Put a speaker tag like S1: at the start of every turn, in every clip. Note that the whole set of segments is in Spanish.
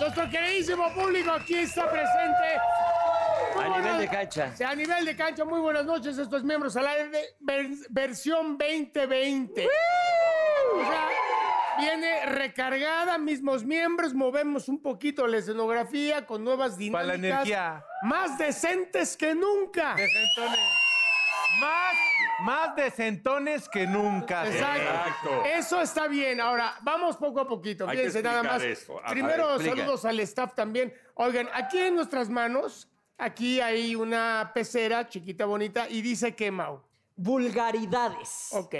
S1: nuestro queridísimo público aquí está presente. Muy
S2: A nivel
S1: buenas-
S2: de cancha.
S1: Sí, A nivel de cancha, muy buenas noches. Esto es Miembros al Aire, ver- versión 2020. O sea, viene recargada, mismos miembros, movemos un poquito la escenografía con nuevas
S3: Para
S1: dinámicas.
S3: la energía.
S1: Más decentes que nunca.
S3: Decentones. Más, más decentones que nunca.
S1: Exacto.
S4: Exacto.
S1: Eso está bien. Ahora, vamos poco a poquito.
S4: Hay que
S1: Fíjense nada
S4: explicar
S1: más.
S4: esto. A-
S1: Primero,
S2: a ver, explica.
S1: saludos al staff también. Oigan, aquí en nuestras manos, aquí hay una pecera chiquita, bonita, y dice que Mau.
S5: Vulgaridades.
S1: Ok.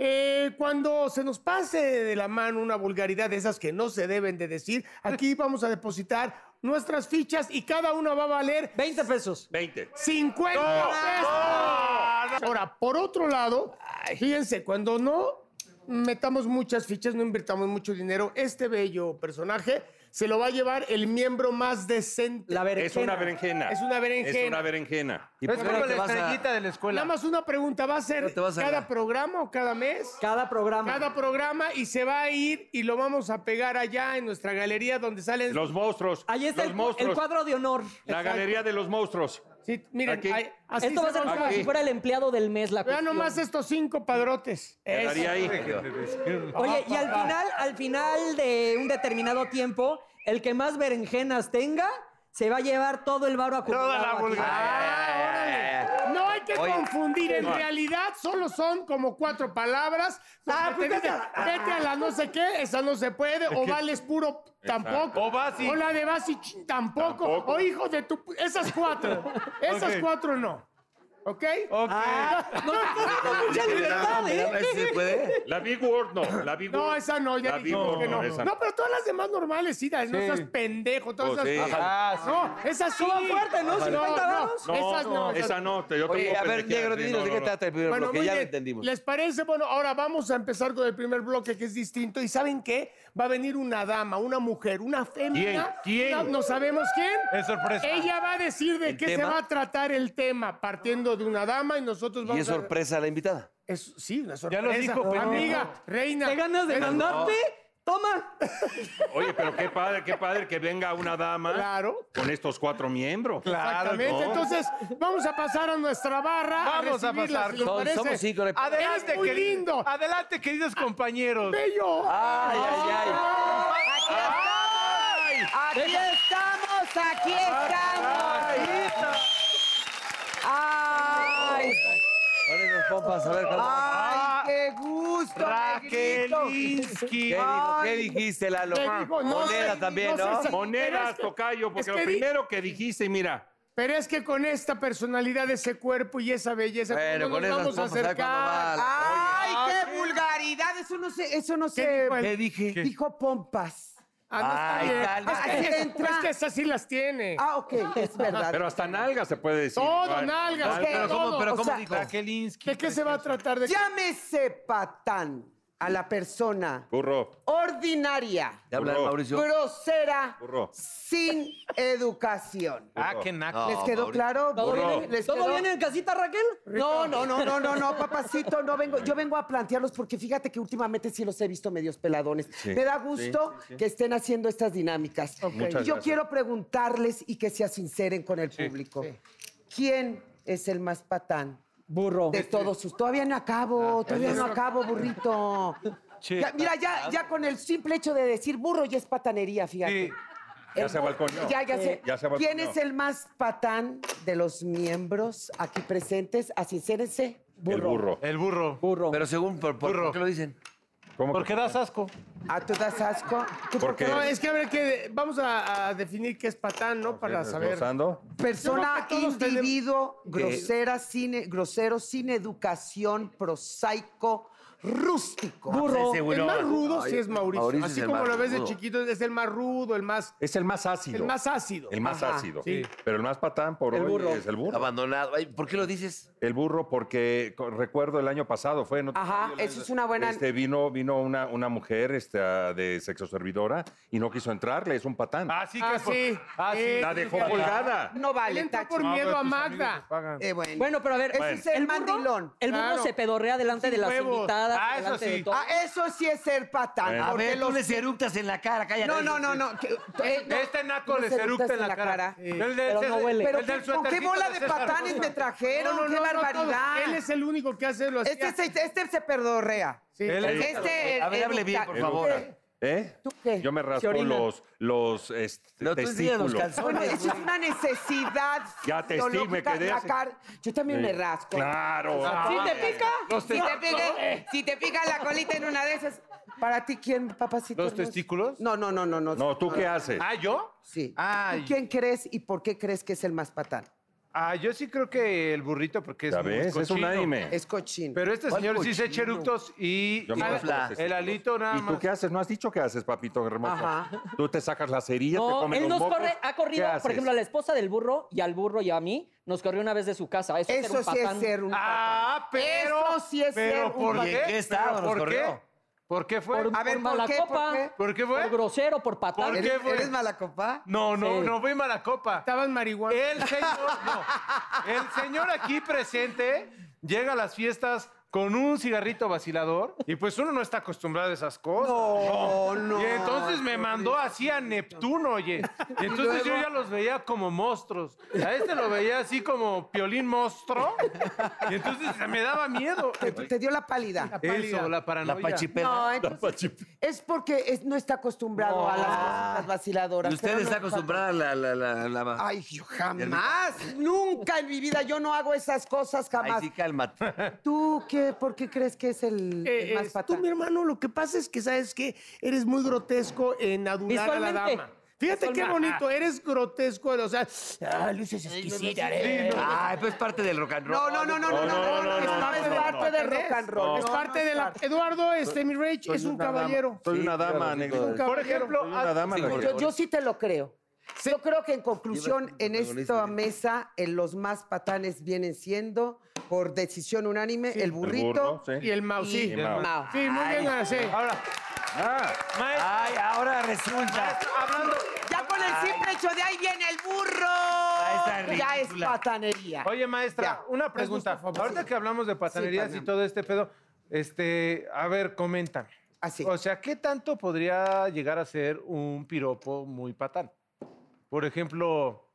S1: Eh, cuando se nos pase de la mano una vulgaridad de esas que no se deben de decir, aquí vamos a depositar nuestras fichas y cada una va a valer
S5: 20 pesos.
S4: 20.
S1: 50 pesos. Ahora, por otro lado, fíjense, cuando no metamos muchas fichas, no invirtamos mucho dinero, este bello personaje se lo va a llevar el miembro más decente.
S5: La berenjena.
S4: Es una berenjena.
S1: Es una berenjena.
S4: Es una berenjena. pues
S2: Y
S3: Es
S2: primero
S3: como
S2: te
S3: la
S2: vas a-
S3: estrellita de la escuela.
S1: Nada más una pregunta, ¿va a
S2: No
S1: ser
S2: te vas a
S1: cada
S2: ganar.
S1: programa o cada mes?
S5: Cada programa.
S1: Cada programa y se va a ir y lo vamos a pegar allá en nuestra galería donde salen...
S4: Los monstruos.
S5: Ahí está
S4: los
S5: el, cu-
S4: monstruos.
S5: el cuadro de honor.
S4: La galería de los monstruos.
S1: Sí, miren,
S4: Aquí.
S1: ahí- así
S5: Esto va a
S1: se
S5: ser
S1: va a
S5: como
S1: usar.
S4: aquí.
S5: si fuera el empleado del mes la
S1: Vean
S5: cuestión. Eh,
S1: nomás estos cinco padrotes. Eso.
S4: Quedaría ahí.
S5: Oye, y al final, al final de un determinado tiempo, el que más berenjenas tenga se va a llevar todo el barro acumulado.
S3: Toda la
S5: aquí.
S3: vulgaridad.
S1: Ah, órale. No hay que
S2: Oye.
S1: confundir, en realidad solo son como cuatro palabras. Ah, pues vete, a- vete a la no sé qué, esa no se puede, o vales puro tampoco.
S3: O Basi.
S1: O la de Basi ch- tampoco.
S4: Tampoco.
S1: O hijo de tu... Esas cuatro, esas
S3: Ok.
S1: cuatro no. ¿Ok?
S3: Ok.
S5: Ah, no, estás dando mucha libertad,
S2: A
S5: ¿eh?
S2: ver si se puede.
S4: La Big Word no. La Big
S1: No,
S4: Word.
S1: esa no, ya
S4: La
S1: dijimos
S4: Big
S1: que no.
S4: Word, esa
S1: No, pero todas las demás normales, sí, dale, no
S3: Sí.
S1: seas pendejo, todas
S4: Oh, sí.
S1: esas...
S3: Ah, sí.
S1: No, esas sí.
S5: Estuvo fuerte, ¿no? 50 varos.
S1: no, esas no. esas
S4: Esa no. te- yo
S2: Oye, a
S4: tampoco
S2: ver,
S4: pensé que-
S2: negro,
S4: sí,
S2: dinos
S4: no,
S2: de
S4: no,
S2: qué
S4: no.
S2: trata el primer
S1: Bueno,
S2: bloque,
S1: muy
S2: ya lo
S1: bien.
S2: entendimos.
S1: ¿Les parece? Bueno, ahora vamos a empezar con el primer bloque que es distinto. ¿Y saben qué? Va a venir una dama, una mujer, una fémina.
S3: ¿Quién?
S1: No,
S3: ¿Quién?
S1: no sabemos quién.
S3: Es sorpresa.
S1: Ella va a decir de
S2: ¿El
S1: qué se
S2: tema?
S1: va a tratar el tema, partiendo de una dama y nosotros
S2: Y
S1: vamos
S2: es
S1: a...
S2: sorpresa la invitada.
S1: Es- sí, una
S3: Ya
S1: sorpresa.
S3: lo dijo, pendejo.
S1: Amiga, reina.
S5: ¿Te ganas de
S1: Es-
S5: mandarte? Toma.
S4: Oye, pero qué padre, qué padre que venga una dama
S1: Claro.
S4: con estos cuatro miembros.
S3: Claro.
S1: Exactamente.
S3: ¿no?
S1: Entonces, vamos a pasar a nuestra barra.
S3: Vamos a
S1: recibirla,
S3: pasar.
S1: si les
S2: Son-
S1: parece.
S2: somos cinco. le-
S3: Adelante,
S1: Eres muy
S3: querido-
S1: lindo.
S3: Adelante, queridos compañeros.
S1: Bello.
S2: Ay, ay, ay.
S5: Aquí estamos. Aquí estamos. Aquí estamos. Ay,
S2: Ahora nos pompas, a ver cuál-
S5: ay, qué gusto, negrito.
S3: Rakelinsky.
S2: ¿Qué, dijo? ¿Qué dijiste, Lalo?
S1: ¿Qué dijo? No,
S2: Moneda
S1: no, no,
S2: también, ¿no?
S1: sí, sí. Pero
S4: Monedas,
S1: es que-
S4: tocayo,
S1: es
S4: porque
S1: que
S4: lo
S1: di-
S4: primero que dijiste, y mira,
S1: Pero es que con esta personalidad, ese cuerpo y esa belleza,
S2: Bueno,
S1: ¿cómo
S2: con
S1: nos
S2: esas
S1: vamos a
S2: pompas, ¿sabes cuándo
S1: acercar?
S2: va?
S5: Ay, qué vulgaridad. Eso no se, eso no
S1: ¿Qué
S5: se
S1: dijo él?
S2: ¿Qué dije?
S5: dijo pompas.
S1: Ah,
S2: Ay,
S1: no está bien.
S2: calma.
S1: Es que-
S5: Ah, entra.
S1: Es que esas sí las tiene.
S5: Ah, ok, es verdad.
S4: pero hasta nalgas se puede decir.
S1: Todo,
S4: Ay,
S1: nalgas.
S4: nalgas.
S2: Pero
S1: todo.
S2: cómo, pero
S5: o
S2: cómo
S5: sea,
S2: dijo.
S3: Rakelinsky.
S1: ¿De qué se va a tratar? ¿De qué?
S6: Llámese patán a la persona
S4: Burro,
S6: ordinaria,
S2: ¿Te habla de
S4: Burro.
S2: Mauricio?
S6: grosera,
S4: burro.
S6: sin educación.
S3: Ah, qué naco.
S6: ¿Les quedó claro?
S5: ¿Todo,
S4: Burro.
S5: bien, en-
S6: ¿Les
S5: ¿todo
S6: quedó?
S5: bien en casita, Raquel?
S6: No, no, no, no, no, no, papacito, no vengo. Yo vengo a plantearlos porque fíjate que últimamente sí los he visto medios peladones. Me da gusto que estén haciendo estas dinámicas. Y yo
S4: Muchas gracias.
S6: quiero preguntarles y que se sinceren con el público. ¿Quién es el más patán
S5: Burro.
S6: De todos sus. Todavía no acabo, todavía Ah, no acabo, burrito.
S3: Ah, Sí.
S6: Ya, mira, ya, ya con el simple hecho de decir burro ya es patanería, fíjate.
S3: Sí.
S6: El
S4: Ya se
S6: bu-
S4: balconeó.
S6: Ya, ya se.
S4: Ya se
S6: ¿Quién
S4: balconeó.
S6: es el más patán de los miembros aquí presentes? Asincérense.
S4: El burro.
S3: El burro.
S5: Burro.
S2: Pero según, ¿por, por,
S3: Burro.
S2: por qué lo dicen?
S4: ¿Cómo
S3: ¿Por qué das asco?
S6: ¿A tú das asco? ¿Tú
S4: ¿Por qué?
S1: No, es que a ver, que vamos a, a definir qué es patán, ¿no? Para saber.
S4: Desglosando.
S6: Persona,
S1: Yo creo que todos tenemos-
S6: individuo, grosera, sin, e- grosero, sin educación, prosaico, rústico.
S5: Burro.
S2: Ese güey
S1: El
S2: no.
S1: más rudo sí es Mauricio.
S2: Mauricio es
S1: Así
S2: el
S1: como
S2: más
S1: lo ves de
S2: rudo.
S1: chiquito, es el más rudo, el más,
S4: Es el más ácido.
S1: el más ácido.
S4: El más
S6: Ajá,
S4: ácido.
S1: sí.
S4: Pero el más patán por
S5: El
S4: hoy
S5: burro.
S4: es el burro.
S2: Abandonado. Ay, ¿Por qué lo dices?
S4: El burro, porque co- recuerdo el año pasado fue. ¿no?
S6: Ajá, eso es una buena.
S4: Este, vino vino una, una mujer este, ah, de sexo servidora y no quiso entrarle, es un patán.
S3: Así que.
S1: Ah,
S3: por-
S1: sí.
S3: Ah, sí.
S1: Eh,
S4: La dejó colgada.
S6: No
S1: Él
S6: vale,
S1: entró
S6: tacho.
S1: por miedo a
S3: tus
S1: Magda.
S3: amigos pagan.
S6: Eh, bueno.
S5: Bueno, pero a ver,
S6: Ese es el
S5: burro-
S6: mandilón.
S5: El burro
S1: Claro.
S5: se pedorrea delante
S1: Sin
S5: de las
S1: huevos.
S5: patadas
S3: Ah, eso
S5: delante
S3: sí.
S5: de todos.
S6: Ah, eso sí es ser patán.
S4: Bueno.
S2: A
S6: porque
S2: ver, tú
S6: los-
S2: les eructas en la cara, cállate.
S6: No, no, no, no. que- eh, no.
S3: Este naco
S6: No
S3: le
S6: se eructa
S3: eructa en la cara.
S6: Sí.
S3: El del
S5: Pero no
S3: César-
S5: huele.
S3: el del
S6: Pero qué- ¿con qué
S3: suétercito
S6: bola
S3: de
S6: de
S3: César
S6: patanes
S3: Rojo.
S6: me trajeron?
S1: No, no,
S6: ¡Qué
S1: no, no,
S6: barbaridad!
S1: todos. Él es el único que hace lo
S6: este,
S1: hacía.
S6: se, este se perdorrea.
S1: Sí.
S3: Él es-
S6: Este,
S2: A ver, hable bien,
S6: eructa.
S2: por favor.
S4: ¿Eh?
S6: ¿Tú qué?
S4: Yo me
S6: Se
S4: raspo
S6: orina.
S4: los, los este,
S2: No, tú enseñas
S4: testículos.
S2: los
S6: Bueno,
S2: calzones.
S6: eso es
S2: güey.
S6: una necesidad.
S4: Ya te estigma,
S6: biológica,
S4: quedé así.
S6: sacar- Yo también me rasco.
S4: Claro.
S2: Ah,
S6: ¿Sí te pica? Si te pica, si te pica la colita en una de esas. ¿Para ti quién, papacito?
S3: ¿Los
S6: hermoso?
S3: testículos?
S6: No, no, no, no. No,
S4: No, ¿tú qué haces?
S3: ¿Ah, yo?
S6: Sí.
S3: Ah,
S6: ¿Tú quién crees y por qué crees que es el más patán?
S3: ah, yo sí creo que el burrito, porque es
S4: ¿Ya
S3: muy
S4: ves? Es
S3: cochino.
S4: unánime.
S6: Es cochino.
S3: Pero este
S2: ¿Cuál
S3: señor sí se echa
S2: cochino?
S3: eructos y,
S4: Yo
S3: y
S4: me
S2: Ah,
S4: raspo los
S2: la- el
S4: testículos.
S3: alito nada
S4: ¿Y tú
S3: más.
S4: qué haces? ¿No has dicho qué haces, papito hermoso?
S5: Ajá.
S4: Tú te sacas las cerillas, te
S5: No,
S4: comes
S5: él
S4: los
S5: nos
S4: mocos.
S5: corre, ha
S4: ¿Qué
S5: corrido, por
S4: haces?
S5: ejemplo, a la esposa del burro y al burro y a mí, nos corrió una vez de su casa. Eso, es ser
S6: Eso
S5: un
S6: sí es
S5: patán.
S6: ser un patán.
S3: Ah, pero.
S6: Eso sí es ser
S3: pero
S6: un
S3: ¿por
S6: patán.
S3: qué?
S2: ¿Y en qué estado
S3: ¿Pero
S2: nos
S3: ¿Por qué?
S2: corrió?
S3: ¿Por qué fue?
S5: Por,
S6: A ver,
S5: por
S6: ¿por
S5: mala
S6: qué? ¿Por
S5: copa,
S6: qué?
S3: ¿Por qué fue?
S5: Por grosero, por patán.
S3: ¿Por qué fue?
S6: ¿Eres mala copa?
S3: No, no,
S5: Sí.
S3: no fui mala copa.
S1: Estaban marihuana.
S3: El señor, no. El señor aquí presente llega a las fiestas con un cigarrito vacilador y pues uno no está acostumbrado a esas cosas.
S6: No, no.
S3: Y entonces me mandó así a Neptuno, oye. Y entonces yo ya los veía como monstruos. A este lo veía así como piolín monstruo. Y entonces me daba miedo.
S6: Te, te dio la pálida.
S3: Eso, la
S2: La
S3: paranoia.
S2: pachipera.
S6: No, entonces, es porque es- no está acostumbrado a las cosas vaciladoras.
S2: ¿Y usted
S6: pero
S2: está
S6: no-
S2: acostumbrada a la, la, la, la- la-
S6: Ay, yo jamás, nunca en mi vida, yo no hago esas cosas
S2: Ay,
S6: jamás.
S2: sí, cálmate.
S6: ¿Tú qué, por qué crees que es el, el
S1: Eh,
S6: más
S1: es- tú,
S6: patán?
S1: mi hermano, lo que pasa es que sabes que eres muy grotesco en adular a la
S5: Visualmente.
S1: dama. Fíjate qué bonito, eres grotesco, o sea, ah, luces exquisitas. eh.
S2: Ay, pues es parte del rock and roll.
S6: No, no, no, no, no, no, no, no,
S1: no,
S6: no,
S1: no,
S6: es
S1: no,
S6: parte
S1: no,
S6: del
S1: no,
S6: rock and roll.
S1: Es
S6: No,
S1: parte
S6: no
S1: de la.
S6: parte.
S1: Eduardo este, mi Rage es un caballero.
S4: Soy
S2: Sí,
S4: una dama,
S2: claro,
S4: negrito.
S2: sí,
S1: Un
S3: Por
S1: caballero.
S3: ejemplo,
S4: Soy una dama,
S2: Sí,
S4: negrito.
S2: porque-
S6: Yo, yo ah, sí te lo creo. Yo creo que en conclusión,
S2: Lleva el
S6: en esta
S2: protagonista.
S6: mesa, en los más patanes vienen siendo, por decisión unánime, el burrito.
S4: burro, sí.
S1: Y el Mau,
S6: Y
S1: sí.
S6: el
S4: Mau.
S6: Mau.
S1: Sí, muy bien, así.
S3: Ahora,
S4: Ah,
S3: maestro,
S2: Ay, ahora resulta.
S3: hablando.
S6: Ya con el simple hecho de ahí viene el burro.
S2: esa
S6: Ya es
S2: ridícula.
S6: patanería.
S3: Oye, maestra,
S6: Ya.
S3: una pregunta. Ahorita que hablamos de patanerías y todo este pedo, este, a ver, coméntame.
S6: Así.
S3: O sea, ¿qué tanto podría llegar a ser un piropo muy patán? Por ejemplo,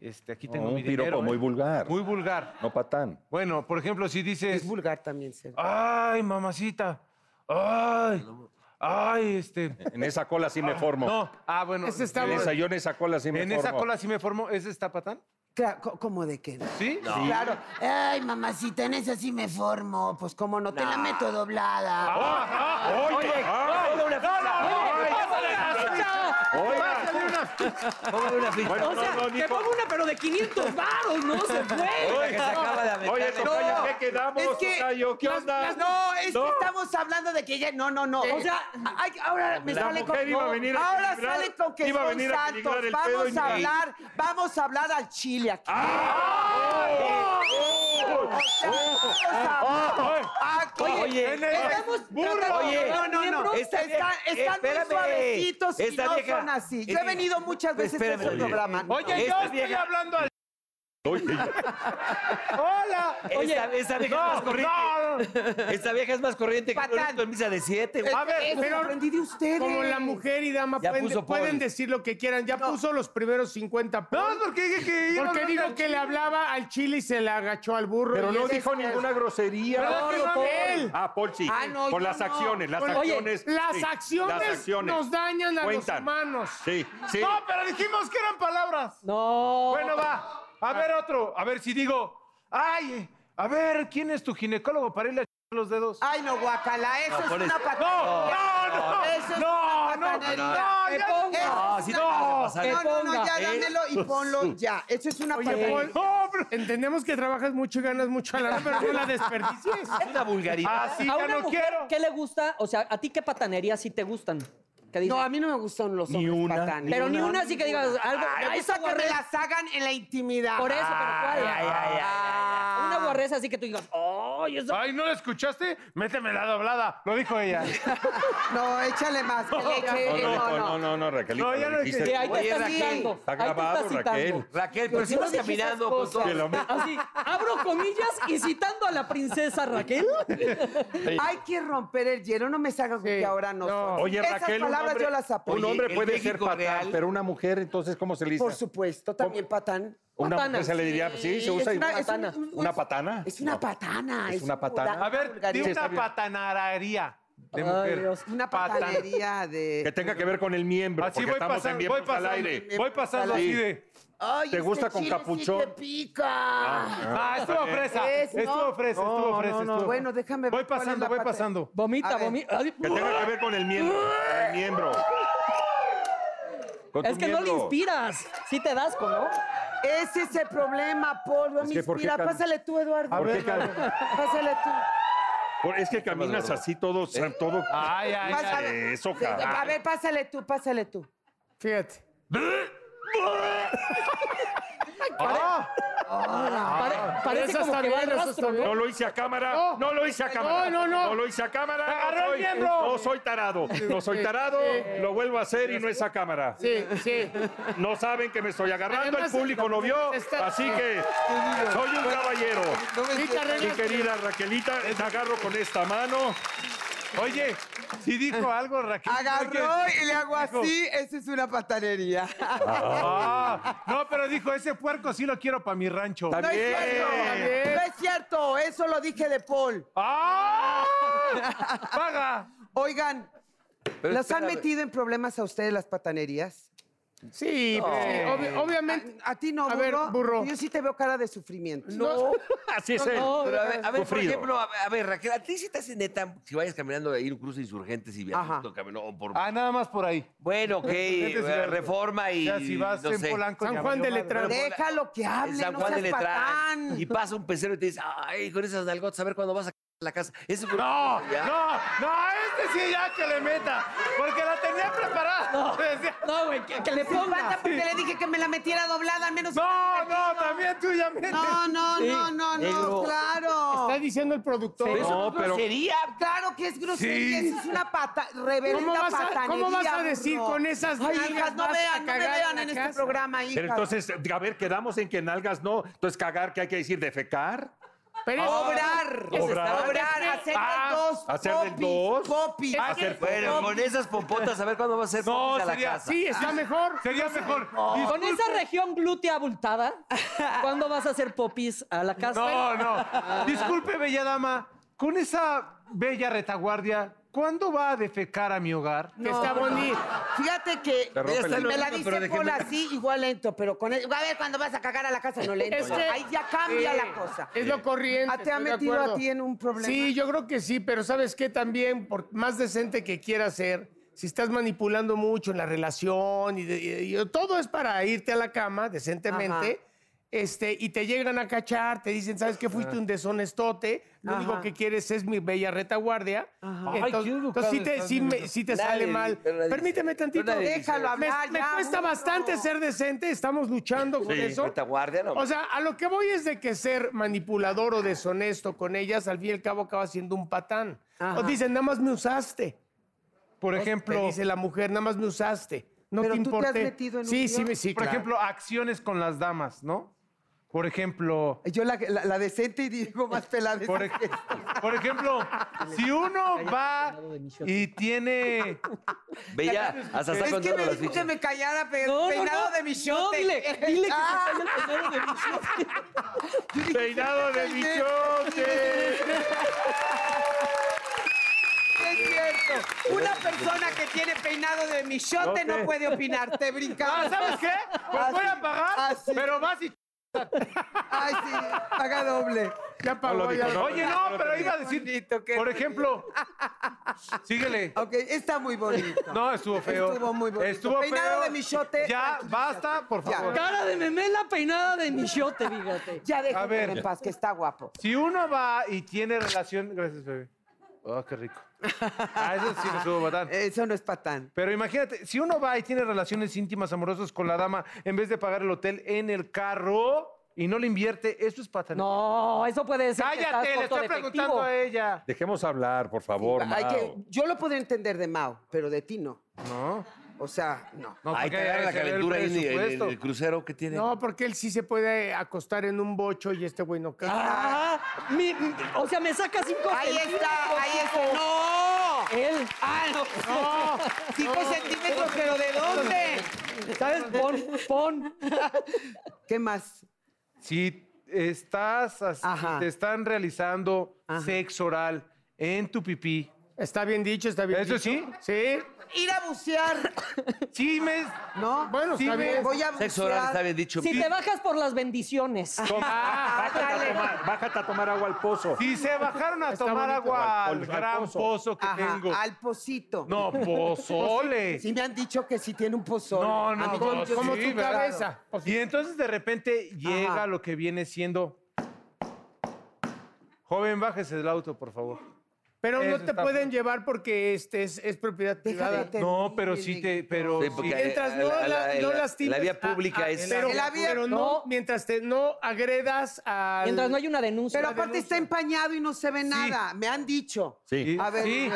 S3: este, aquí tengo
S4: No,
S3: mi
S4: un piropo
S3: dinero,
S4: muy
S3: ¿eh?
S4: vulgar.
S3: Muy vulgar.
S4: no patán.
S3: Bueno, por ejemplo, si dices,
S6: Es vulgar también, ser.
S3: ay, mamacita, ay, ay, este,
S4: En esa cola sí me formo.
S3: no, ah, bueno,
S1: Ese está
S4: En
S3: en
S1: bueno.
S4: esa, yo en esa cola sí me formo.
S3: esa cola sí me formo, ¿ese está patán?
S6: Claro, co- ¿Cómo de qué?
S3: ¿Sí?
S6: Claro. Ay, mamacita, en esa sí me formo. Pues cómo no, te la meto doblada.
S2: Ah,
S4: ¡Oye!
S6: ah,
S2: Póngame una ficha.
S4: Bueno,
S5: O sea,
S4: no, no,
S5: te
S4: Nico.
S5: pongo una, pero de 500 varos, no se
S2: La
S5: fue.
S2: que se acaba de aventar.
S4: Oye, Tocayo, ¿qué quedamos,
S6: es que
S4: Tocayo? ¿Qué
S6: las-
S4: onda?
S6: las- no, es
S4: No.
S6: que estamos hablando de que ya. No, no, no. O sea, ay, ahora me
S4: La
S6: sale con.
S4: mujer iba a venir a
S6: ahora
S4: equilibrar,
S6: sale con que
S4: iba a
S6: son
S4: venir a
S6: santos.
S4: equilibrar el pedo y
S6: Vamos
S4: mira.
S6: a hablar, vamos a hablar al chile aquí. O sea, vamos a hablar aquí.
S2: Oye,
S6: estamos
S5: burro.
S6: tratando de
S2: Oye,
S6: hablar
S5: no, no, no,
S6: miembros,
S2: esta vie-
S6: están, están
S2: espérame,
S6: muy suavecitos y
S2: esta
S6: no
S2: vieja-
S6: son así. Yo he
S2: esta-
S6: venido muchas veces en
S2: Espérame,
S6: este
S2: oye.
S6: programa.
S3: Oye, yo
S2: Esta
S3: estoy
S2: vieja-
S3: hablando al...
S4: Oye,
S3: ¡Hola!
S2: Esta, esta vieja es más
S3: No,
S2: corriente.
S3: no, no.
S2: Esta vieja es más corriente que un
S6: Patán.
S2: orito en misa de siete. güey.
S3: A ver,
S6: Eso
S1: pero-
S6: aprendí de ustedes.
S1: Como la mujer y dama
S2: Ya
S1: pueden,
S2: puso Paul.
S1: pueden decir lo que quieran. Ya puso los primeros 50 Paul,
S3: No, porque dije que iba a
S1: Porque
S3: hablar
S1: dijo
S3: al
S1: que le
S3: chile.
S1: hablaba al chile y se le agachó al burro.
S4: pero
S1: y
S4: no
S1: ese
S4: dijo
S1: es-
S4: ninguna grosería.
S1: ¿Verdad que no,
S4: Paul?
S1: él?
S4: Ah, Paul sí.
S6: Ah, no,
S4: Por
S6: yo
S4: las
S6: no.
S4: acciones, las
S1: Oye,
S4: acciones.
S1: las
S4: sí,
S1: acciones
S4: las acciones.
S1: nos dañan a los
S4: Cuentan.
S1: humanos.
S4: Sí, sí.
S3: No, pero dijimos que eran palabras.
S5: No.
S3: Bueno, va. A ver otro. A ver si digo. Ay, a ver, ¿quién es tu ginecólogo para irle a ch- los dedos?
S6: Ay, no, guacala,
S2: No,
S6: eso es
S2: por
S6: una
S2: eso-
S3: No,
S6: patanería.
S3: no,
S6: Eso es
S3: no,
S6: una
S3: no,
S6: patanería.
S3: no,
S5: Me
S3: ya-
S5: pongo.
S6: Eso
S1: Ah,
S2: No,
S6: es
S2: sí
S6: una-
S2: te vas a pasar.
S6: no, no, no, ya
S1: Eh,
S2: Ponga.
S6: dámelo y ponlo ya. Eso es una
S1: Oye,
S6: patanería.
S1: Paul,
S3: no, pero-
S1: pues, entendemos que trabajas mucho y ganas mucha lana, pero no la desperdicies. Ah,
S2: Es una vulgaridad.
S6: Ah,
S3: Así
S5: a
S3: ya
S5: una
S3: no
S5: mujer,
S3: quiero.
S5: ¿qué le gusta? O sea, ¿a ti qué patanerías sí te gustan? ¿Qué dices?
S6: No, a mí no me gustan los hombres
S4: una,
S6: patanes.
S5: pero ni una así que digas algo.
S6: Ay, me
S5: "Ay,
S6: gusta
S5: esa
S6: que me
S5: guarrez".
S6: las hagan en la intimidad.
S5: Por eso, pero ¿cuál?
S2: Ay, ay, ay, ay, ay.
S6: "Oh".
S5: Una guarreza así que tú digas, ¡ay, Ay, eso.
S3: Ay, ¿no la escuchaste? Méteme la doblada. Lo dijo ella.
S6: No, échale más. que le-
S4: No,
S6: que-
S4: no, no, no, no, Raquelita.
S3: No, ya
S4: lo
S3: lo
S4: dijiste.
S5: Que ahí te
S2: Oye,
S5: estás
S2: Raquel,
S5: citando.
S4: está
S5: ahí te
S4: grabado,
S5: estás citando.
S4: Raquel.
S2: Raquel,
S6: Pues
S2: pero si
S5: Yo no
S2: vas
S5: dije
S2: caminando
S5: esas
S2: con
S5: cosas.
S4: Que
S2: todo.
S4: lo me-
S6: Ah,
S5: Así, abro comillas y citando a la princesa Raquel.
S6: Hay que romper el hielo, no me salgas con
S1: Sí.
S6: que ahora no.
S1: No.
S6: soy.
S4: Oye,
S6: Esas
S4: Raquel, un
S6: palabras
S4: hombre-
S6: yo las apoyo.
S4: Un
S2: Oye,
S4: hombre
S2: el
S4: puede ser
S2: México
S4: patán,
S2: real-
S4: pero una mujer, entonces, ¿cómo se le dice?
S6: Por supuesto, también patán.
S4: Una
S5: patana,
S4: mujer se le diría, pues, sí, se
S6: sí,
S4: usa
S6: es
S4: igual.
S6: una- es un-
S4: patana.
S6: un-
S4: ¿Una patana?
S6: Es una
S4: No.
S6: patana.
S4: Es una
S6: un
S4: patana.
S6: vulgar-
S3: A ver, di
S6: vulgaridad.
S3: una patanarería de mujer.
S5: Dios,
S6: Una
S3: Patana.
S6: patanería de...
S4: Que tenga que ver con el miembro,
S3: Así
S4: porque
S3: voy
S4: estamos en
S3: pasando, voy
S4: miembros al
S3: pasando,
S4: aire.
S3: voy pasando así de...
S6: Ay,
S4: ¿Te gusta
S5: este
S4: con
S6: chile
S4: capuchón?
S6: Sí te pica.
S3: Ah, estuvo fresa,
S6: eh. Es, ¿no?
S3: estuvo fresa,
S6: No,
S3: estuvo fresa.
S6: no, no,
S3: estuvo-
S6: bueno, déjame ver
S3: Voy
S6: cuál es
S3: pasando,
S6: la
S3: voy
S6: pata-
S3: pasando.
S5: Vomita,
S6: A ver.
S5: vomita. Ay,
S4: Que tenga que ver con el miembro. El miembro. Con
S5: Es
S4: tu
S5: que no le
S4: miembro.
S5: inspiras. Sí te das, ¿no?
S6: Ese es el problema, Paul. No
S4: Es
S6: me
S4: que, ¿por qué
S6: inspira.
S4: cam-
S6: Pásale tú, Eduardo.
S4: ¿Por qué cam-
S6: Pásale tú.
S4: por- Es que caminas así todo, todo.
S3: Ay, ay, ay.
S6: Pásale.
S4: Eso,
S6: Sí, A
S4: carajo.
S6: ver, pásale tú, pásale tú.
S1: Fíjate.
S2: Ah.
S5: Pare- parece
S1: esas Ah, está
S5: como que va
S1: bien,
S5: el
S1: esas
S5: rastro,
S1: está
S5: ¿no?
S4: No lo hice a cámara. No,
S1: No.
S4: lo hice a cámara.
S1: No, no, no.
S4: lo hice a cámara.
S3: agarró
S4: no
S3: el
S4: soy,
S3: miembro.
S4: No soy tarado. No soy tarado. Lo vuelvo a hacer y no es a cámara.
S1: Sí, sí.
S4: No saben que me estoy agarrando.
S1: Además,
S4: el público no vio.
S1: está-
S4: Así que soy un caballero.
S1: Sí, te
S4: Mi
S1: arreglas.
S4: querida Raquelita, te agarro con esta mano.
S3: Oye, si dijo algo,
S6: Ah,
S3: Raquel.
S7: Agarró y le hago así, esa es una patanería.
S3: Ah, no, pero dijo, ese puerco sí lo quiero para mi rancho.
S4: Está
S6: No
S4: bien.
S6: es cierto. No es cierto. Eso lo dije de Paul.
S3: ¡Ah! ¡Paga!
S6: Oigan,
S2: Pero
S6: ¿las han
S2: espérame.
S6: metido en problemas a ustedes las patanerías?
S1: Sí, pues, sí, obvi- obviamente.
S6: A ti no,
S1: A ver,
S6: burro.
S1: burro.
S6: Yo sí te veo cara de sufrimiento.
S1: No.
S4: Así es él.
S2: Pero a ver, a ver, por
S4: Sufrido.
S2: ejemplo, a ver, a ver, Raquel, a ti sí te hace neta si vayas caminando ahí en un cruce de insurgentes y
S6: Ajá.
S2: viajando camino o por.
S3: Ah, nada más por ahí.
S2: Bueno, ok, eh,
S3: Insurgentes y-
S2: reforma y.
S3: Ya, si vas
S2: no
S3: en
S2: sé,
S3: Polanco,
S1: San
S3: ya
S1: Juan
S3: valió
S1: de
S3: madre.
S1: Letrán.
S6: Déjalo que
S2: en
S6: hable,
S2: San
S6: no
S2: Juan de
S6: seas
S2: Letrán.
S6: patán.
S2: Y pasa un pecero y te dice, ay, con esas nalgotas, a ver cuándo vas a la casa. Ese fue-
S3: No,
S2: Ya.
S3: no, no, este sí ya que le meta, porque la tenía preparada. Decía-
S5: No, güey, que, que le
S6: Se
S5: ponga.
S6: espanta porque le dije que me la metiera doblada, al menos.
S3: No, no, también tú ya me.
S6: No, no, no, no, no, claro.
S1: Está diciendo el productor.
S2: Pero eso no,
S4: No, pero-
S2: sería.
S6: Claro que es grosería, eso es una pata, reverenda
S1: ¿Cómo vas, a,
S6: patanería.
S1: ¿Cómo vas a decir
S6: burro.
S1: con esas
S6: Ay,
S1: nalgas
S6: hijas, no
S1: vas a
S6: vean, no me
S1: cagar
S6: vean
S1: la
S6: en este
S1: casa?
S6: programa, hijas.
S4: Pero entonces, a ver, quedamos en que nalgas no. Entonces, cagar, ¿qué hay que decir? Ah. ¿Defecar?
S1: Pero eso-
S6: Obrar,
S1: Eso está-
S6: obrar, hacer
S3: Ah,
S6: el dos,
S4: hacer del
S6: copy,
S4: dos.
S6: copy.
S4: Hacer
S2: Bueno, con esas pompotas, a ver cuándo vas a hacer
S3: No,
S2: popis a la
S3: sería-
S2: casa.
S1: Sí, está mejor.
S3: Sería mejor.
S5: Con esa región glútea abultada, ¿cuándo vas a hacer popis a la casa?
S3: No, no. Ah. Disculpe, bella dama, con esa bella retaguardia, ¿cuándo va a defecar a mi hogar?
S1: Que está bonito.
S6: Fíjate que
S4: Te rompe el
S6: si me la
S2: hígado, pero
S6: dice
S2: déjeme-
S6: Paul así, igual lento, pero con el- A ver, cuando vas a cagar a la casa, no lento.
S1: Es que-
S6: Ahí ya cambia
S1: Sí,
S6: la cosa.
S1: Este, eh, Es lo corriente.
S6: Ah, ¿Te ha
S1: estoy de
S6: metido a
S1: acuerdo.
S6: ti en un problema?
S1: Sí, yo creo que sí, pero ¿sabes qué? También, por más decente que quieras ser, si estás manipulando mucho en la relación y, de- y- y todo es para irte a la cama decentemente,
S6: Ajá.
S1: este, y te llegan a cachar, te dicen, ¿sabes qué? Fuiste un deshonestote, lo único que quieres es mi bella retaguardia.
S3: qué
S1: Entonces,
S3: educado
S1: entonces sí te,
S3: estás,
S1: sí
S3: mi
S1: me-
S3: neta.
S1: sí te
S2: Nadie
S1: sale
S2: dice-
S1: mal.
S2: nadie dice-
S1: Permíteme tantito.
S2: nadie dice
S6: Déjalo
S1: Me,
S6: hablar,
S1: me
S6: ya,
S1: cuesta
S6: burro.
S1: bastante ser decente, estamos luchando con
S4: Sí,
S1: eso.
S2: Retaguardia, no.
S1: O sea, a lo que voy es de que ser manipulador o deshonesto con ellas, al fin y al cabo acaba siendo un patán. O dicen, nada más me usaste.
S3: Por
S1: Te
S3: ejemplo,
S1: dice la mujer, nada más me usaste. No
S6: Pero
S1: te
S6: tú te has
S1: importé.
S6: metido en un
S1: sí,
S6: lío.
S1: sí, me- sí,
S3: por
S1: claro.
S3: ejemplo, acciones con las damas, ¿no? Por ejemplo,
S7: Yo la, la- la decente y digo más pelada.
S3: por, ej- por ejemplo, si uno va y tiene
S2: Bella, hasta está
S7: Es que
S2: contando
S7: me
S2: las
S7: dijo que
S2: fichas.
S7: me callara pe-
S5: No, no,
S7: peinado
S5: no.
S7: de mi
S5: No,
S7: shote.
S5: dile, dile que
S7: Ah.
S5: se caiga el peinado de Michote.
S4: Peinado de bichote.
S7: Es cierto. Una persona que tiene peinado de michote no puede opinar. Te
S3: Ah,
S7: brincaba.
S3: ¿sabes qué? Pues voy a pagar,
S7: Ah, sí.
S3: pero vas y...
S7: Ay, sí. Paga doble.
S1: ya pagó, ya-
S3: Oye, no, pero iba a decir,
S7: Bonito, qué
S3: por
S7: bonito.
S3: ejemplo, síguele.
S7: Ok, está muy bonito.
S3: No, estuvo feo.
S7: Estuvo muy bonito.
S3: Estuvo
S7: Peinado
S3: feo.
S7: de michote,
S3: Ya, basta, por
S7: Ya.
S3: favor.
S5: Cara de memela peinada de Michote, fíjate.
S6: Ya
S3: A
S6: déjame
S3: ver.
S6: en paz, que está guapo.
S3: Si uno va y tiene relación... Gracias, bebé. Oh, qué rico. Ah, eso sí me estuvo botán.
S7: Eso no es patán.
S3: Pero imagínate, si uno va y tiene relaciones íntimas, amorosas con la dama, en vez de pagar el hotel en el carro, y no le invierte, eso es paternidad.
S5: No, eso puede ser. que estás
S3: Cállate, le
S5: corto
S3: estoy
S5: de
S3: preguntando
S5: efectivo.
S3: a ella.
S4: Dejemos hablar, por favor,
S6: Hay
S4: Mao.
S6: que- yo lo podría entender de Mao, pero de ti no.
S3: No.
S6: O sea, no.
S3: no
S2: Ahí
S3: porque
S2: te agarra la
S3: se ve el
S2: calentura ahí en el- en el,
S3: presupuesto.
S2: crucero que tiene.
S1: No, porque él sí se puede acostar en un bocho y este güey no cae.
S5: Ah, mi- mi- o sea, me saca cinco
S7: Ahí
S5: centímetros,
S7: está, ahí está.
S5: tipo.
S7: ¡No!
S5: Él,
S7: ¡Ah, no! Cinco centímetros, pero ¿de dónde?
S5: ¿sabes? Pon, pon.
S6: ¿Qué más?
S3: Si estás, as-
S6: Ajá.
S3: te están realizando
S6: Ajá.
S3: sexo oral en tu pipí.
S1: Está bien dicho, está bien
S3: ¿Eso
S1: dicho.
S3: sí?
S1: Sí.
S6: Ir a bucear,
S3: Sí, me...
S6: ¿no?
S1: Bueno,
S3: Sí,
S1: está
S3: me-
S1: bien.
S6: Voy a
S2: Sexo oral está
S6: bucear.
S2: bien dicho.
S5: Si te bajas por las bendiciones.
S6: Ah,
S4: Bájate a, tomar, bájate a tomar agua al pozo.
S3: Si se bajaron a
S1: Está
S3: tomar
S1: bonito,
S3: agua
S4: al-
S3: al
S4: al
S3: gran
S4: pozo.
S3: pozo que
S6: Ajá,
S3: tengo.
S6: al pocito.
S3: No, pozole.
S6: Sí me han dicho que sí tiene un pozón.
S3: No, no,
S6: Amigo,
S3: no,
S6: yo-
S3: sí,
S1: como tu
S3: ¿verdad? Pues
S1: cabeza. O sea,
S3: Y entonces de repente llega
S6: Ajá.
S3: lo que viene siendo. Joven, bájese del auto, por favor.
S1: Pero
S3: Eso
S1: no te
S3: está
S1: pueden
S3: bueno.
S1: llevar porque este es, es propiedad privada.
S6: Déjate.
S3: No, pero sí te. Pero
S2: Sí,
S3: sí.
S2: porque-
S1: Mientras
S2: Eh,
S1: no,
S2: la-
S1: la,
S2: la-
S1: no
S2: la-
S1: lastimes
S2: la vía
S1: a-
S2: pública
S1: a-
S2: es-
S1: Pero,
S6: En la vía-
S1: pero no, mientras te no agredas al...
S5: Mientras no hay una denuncia.
S6: Pero aparte está empañado y no se ve nada. Me han dicho.
S4: Sí.
S3: Y-
S6: A ver,
S3: sí.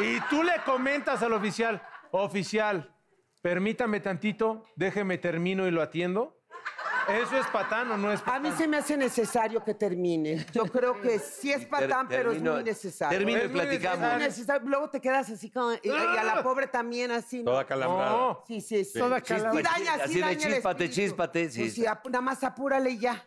S3: Y tú le comentas al oficial: Oficial, permítame tantito, déjeme termino y lo atiendo. ¿Eso es patán o no es
S6: A
S3: patán?
S6: mí se me hace necesario que termine. Yo creo que sí es patán, pero es muy necesario.
S2: Termino y
S3: Es muy
S2: platicamos. Ah.
S3: necesario.
S6: Es necesario. Luego te quedas así como... Y, y a la pobre también así. ¿no?
S4: Toda calambrada.
S3: No.
S6: Sí, sí, sí.
S1: Toda
S6: Sí
S1: calada.
S6: daña, sí
S2: Así de
S6: daña el
S2: chíspate,
S6: espíritu.
S2: chíspate, sí.
S6: Pues sí, ap- nada más apúrale y ya.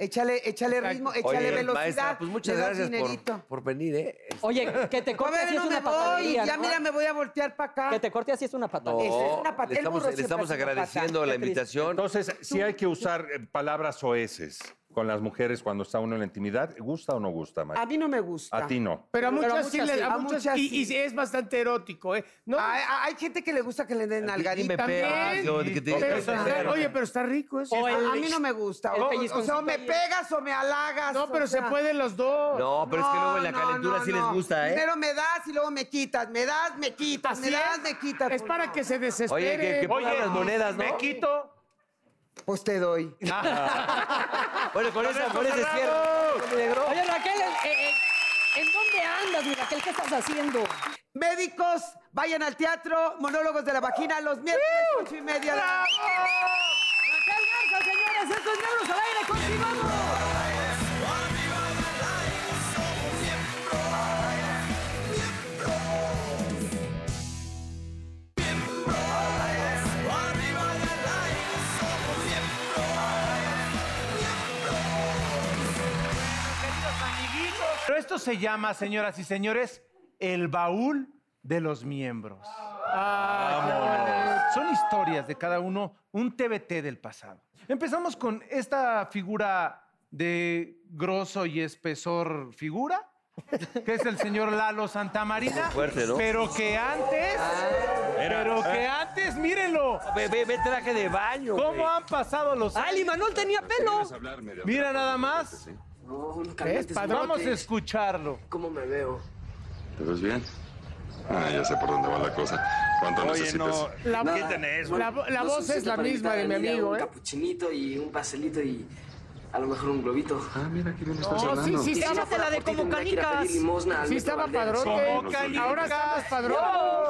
S6: Échale, échale ritmo, échale
S2: Oye,
S6: velocidad.
S2: maestra, pues muchas
S6: le das
S2: gracias por,
S6: dinerito.
S2: por venir, ¿eh?
S5: Oye, que te
S6: A
S5: corte
S6: ver,
S5: así es
S6: no me
S5: una
S6: voy.
S5: patalería.
S6: Ya
S5: ¿no?
S6: mira, me voy a voltear para acá.
S5: Que te corte así es una
S2: No,
S5: patalería.
S6: Esa es una pat-
S2: le
S6: el burro
S2: estamos, le
S6: siempre
S2: estamos
S6: ha sido
S2: agradeciendo
S6: patán.
S2: la
S6: Qué triste.
S2: invitación.
S4: Entonces, sí hay que usar eh, palabras oeces con las mujeres cuando está uno en la intimidad. ¿Gusta o no gusta,
S6: A
S4: Mike?
S6: mí no me gusta.
S4: A ti no.
S1: Pero a
S6: Pero a
S1: muchas, sí,
S6: muchas
S1: le-
S6: sí,
S1: a
S6: a
S1: muchas
S6: muchas
S1: y-
S6: sí.
S1: y, sí, es bastante erótico, ¿eh? No,
S6: Hay, hay gente que le gusta que le den
S2: Dime,
S6: nalgadita.
S2: pe- ah, qué bonito que te-
S1: pero
S2: que te-
S1: está- oye, pero está rico ¿eh? eso.
S5: O
S6: A,
S5: el-
S6: a mí no me gusta.
S5: el
S6: O,
S5: pellizconcito
S6: o sea, o me
S5: ahí.
S6: pegas o me halagas.
S1: No,
S6: o
S1: pero se
S6: sea.
S1: pueden los dos.
S2: No, pero es que luego en la
S6: no,
S2: calentura
S6: no,
S2: sí les
S6: no.
S2: gusta, ¿eh?
S6: Primero me das y luego me quitas. Me das, me quitas. Me
S1: Así
S6: das,
S1: es.
S6: me quitas.
S1: Es
S6: Pues
S1: para
S6: no.
S1: que se desespere.
S2: Oye, que- que pongan
S3: Oye,
S2: las monedas, ¿no?
S3: Me quito.
S6: Pues te doy.
S2: Bueno, con esa, con ese cierre.
S5: Oye, Raquel, eh, eh, ¿en dónde andas, mi Raquel? ¿Qué estás haciendo?
S6: Médicos, vayan al teatro. Monólogos de la vagina los miércoles, ocho y media. de la
S5: Raquel Garza, señores, esto es Negros al Aire, continuamos.
S3: Pero esto se llama, señoras y señores, el baúl de los miembros. Son historias de cada uno, un TBT del pasado. Empezamos con esta figura de grosso y espesor figura, que es el señor Lalo Santamarina.
S2: Fuerte, ¿no? Ah.
S3: Pero que antes, pero que antes, mírenlo,
S2: Ve, ve, ve traje de baño. güey.
S3: cómo han pasado los
S5: Ah, el Imanol tenía pelo.
S3: Mira nada más.
S1: ¿Ves, padrón?
S3: Vamos a escucharlo.
S8: ¿Te ves bien? Ah, ya sé por dónde va la cosa. ¿Cuánto
S4: Oye,
S8: necesitas?
S4: no.
S1: La, voz- la, la
S9: No
S1: voz es
S9: suficiente
S1: la
S9: para
S1: misma de
S9: invitar
S1: mi
S9: a venir a
S1: amigo,
S9: Un
S1: ¿eh?
S9: capuchinito y un pastelito y a lo mejor un globito.
S8: Ah, mira, aquí bien estás
S1: No, Oh, sí,
S8: hablando.
S1: sí,
S9: Si
S1: estaba,
S9: no fuera
S5: la de
S9: por ti,
S5: como
S9: tendría que ir a
S5: canicas.
S9: pedir limosna al
S1: sí
S9: Beto
S1: estaba
S9: Valdés.
S1: padrote.
S8: Como canicas.
S1: Ahora está más
S9: Y
S1: padrón.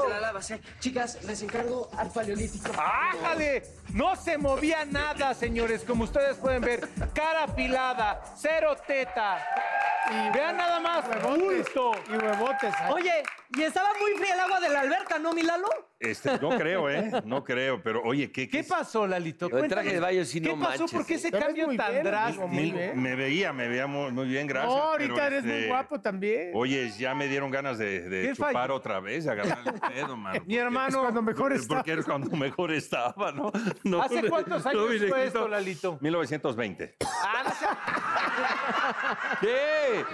S9: se la lava, así, Chicas, les encargo al paleolítico.
S3: ¡Ájale! No se movía nada, señores. Como ustedes pueden ver, cara apilada, cero teta. Y vean nada más,
S1: Huevotes.
S3: bulto.
S1: Y huevotes. ¿eh?
S5: Oye, y estaba muy fría el agua de la alberca, ¿no, mi Lalo?
S4: Este, no creo, ¿eh? No creo, pero oye, ¿qué,
S3: ¿Qué
S4: qué-
S3: pasó, Lalito?
S2: Yo en
S3: Cuéntame.
S2: traje de baño sí
S3: ¿Qué
S2: no
S3: pasó?
S2: manches,
S3: ¿Por qué
S2: ¿eh?
S3: ese
S1: Te ves
S3: cambio
S1: muy
S3: tan
S1: bien,
S3: drástico?
S1: amigo, muy
S4: Mil-
S1: bien.
S4: me veía, me veía muy, muy bien, gracias.
S1: eh? no, ahorita
S4: pero,
S1: eres muy
S4: este,
S1: guapo también.
S4: Oye, ya me dieron ganas de, de
S3: ¿Qué
S4: chupar
S3: falló?
S4: otra vez, de agarrarle el pedo, mano.
S3: Mi hermano.
S1: cuando mejor está.
S4: Porque era cuando mejor estaba, ¿no? No,
S3: ¿Hace cuántos
S4: no,
S3: años
S4: mi
S3: fue
S4: negrito.
S3: esto, Lalito?
S4: 1920.
S2: ¿Qué?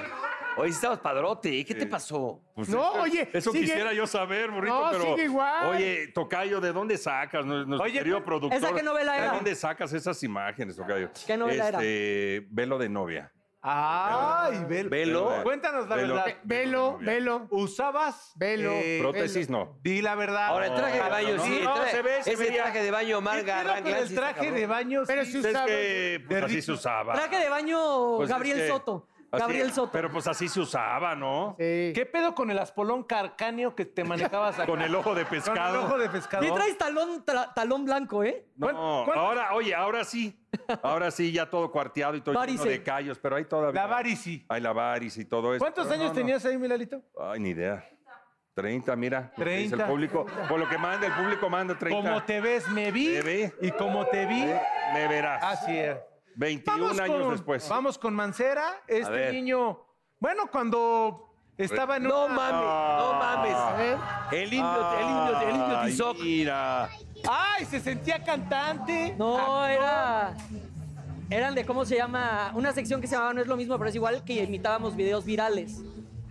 S2: Hoy estamos padrote. ¿eh? ¿Qué te pasó?
S4: Pues
S1: No,
S4: eso-
S1: oye,
S4: Eso
S1: sigue-
S4: quisiera yo saber, burrito,
S1: No,
S4: pero.
S1: sigue igual.
S4: Oye, Tocayo, ¿de dónde sacas? Nos- Nuestro
S3: Oye,
S4: querido
S3: ¿esa
S4: productor.
S5: qué novela
S4: ¿De
S5: era?
S4: dónde sacas esas imágenes, Tocayo?
S5: ¿Qué novela era?
S4: Este, Velo de novia.
S3: Ay, velo.
S2: Ah. Velo.
S3: Cuéntanos la
S4: Velo.
S3: verdad.
S1: Velo, velo,
S3: ¿Usabas?
S1: Velo.
S4: Prótesis no.
S3: Di la verdad.
S2: Ahora, el traje de baño,
S3: No,
S2: sí. el
S3: no,
S2: traje-
S3: se ve, se
S2: ese
S3: veía.
S2: traje de baño,
S3: Entiendo
S2: Marga,
S3: que
S2: Ranglan,
S3: el
S2: sí está
S3: traje
S2: cabrón.
S3: de baño.
S1: Pero
S3: sí,
S1: si
S4: Es
S1: usaba.
S4: que pues, así se usaba.
S5: Traje de baño
S4: Pues es
S5: Gabriel
S4: que-
S5: Soto.
S4: así-
S5: Gabriel Soto.
S4: Pero pues así se usaba, ¿no?
S1: Sí.
S3: ¿Qué pedo con el aspolón carcáneo que te manejabas acá?
S4: Con el ojo de
S3: Con el
S4: pescado.
S3: ojo de pescador.
S5: Y traes talón, tra- talón blanco, ¿eh?
S4: No,
S3: ¿Cuán- cuántos-
S4: ahora, oye, ahora sí. Ahora sí, ya todo cuarteado y todo lleno
S5: Varice.
S4: de callos, pero ahí todavía.
S3: La varici.
S4: Hay la varice y
S9: Pues,
S4: todo eso.
S3: ¿Cuántos
S4: pero no,
S3: años
S4: no.
S3: tenías ahí, Milalito?
S4: Ay, ni idea. 30, mira. lo que dice
S3: 30.
S4: El público, por lo que manda, el público manda 30.
S3: Como te ves, me vi.
S4: Me vi.
S3: Y como te vi,
S4: Me verás.
S3: así es.
S4: 21 años
S3: con,
S4: después.
S3: Vamos con Mancera. Este
S2: ver.
S3: niño, bueno, cuando estaba en
S2: No
S3: una-
S2: mames, no mames. El indio, el indio, el
S3: Ah.
S2: indio
S4: Ay,
S2: Tizoc.
S4: Mira.
S3: ¡Ay, se sentía cantante! Ah,
S5: No, era. Eran de, ¿cómo se llama? Una sección que se llamaba No es lo mismo, pero es igual que imitábamos videos virales.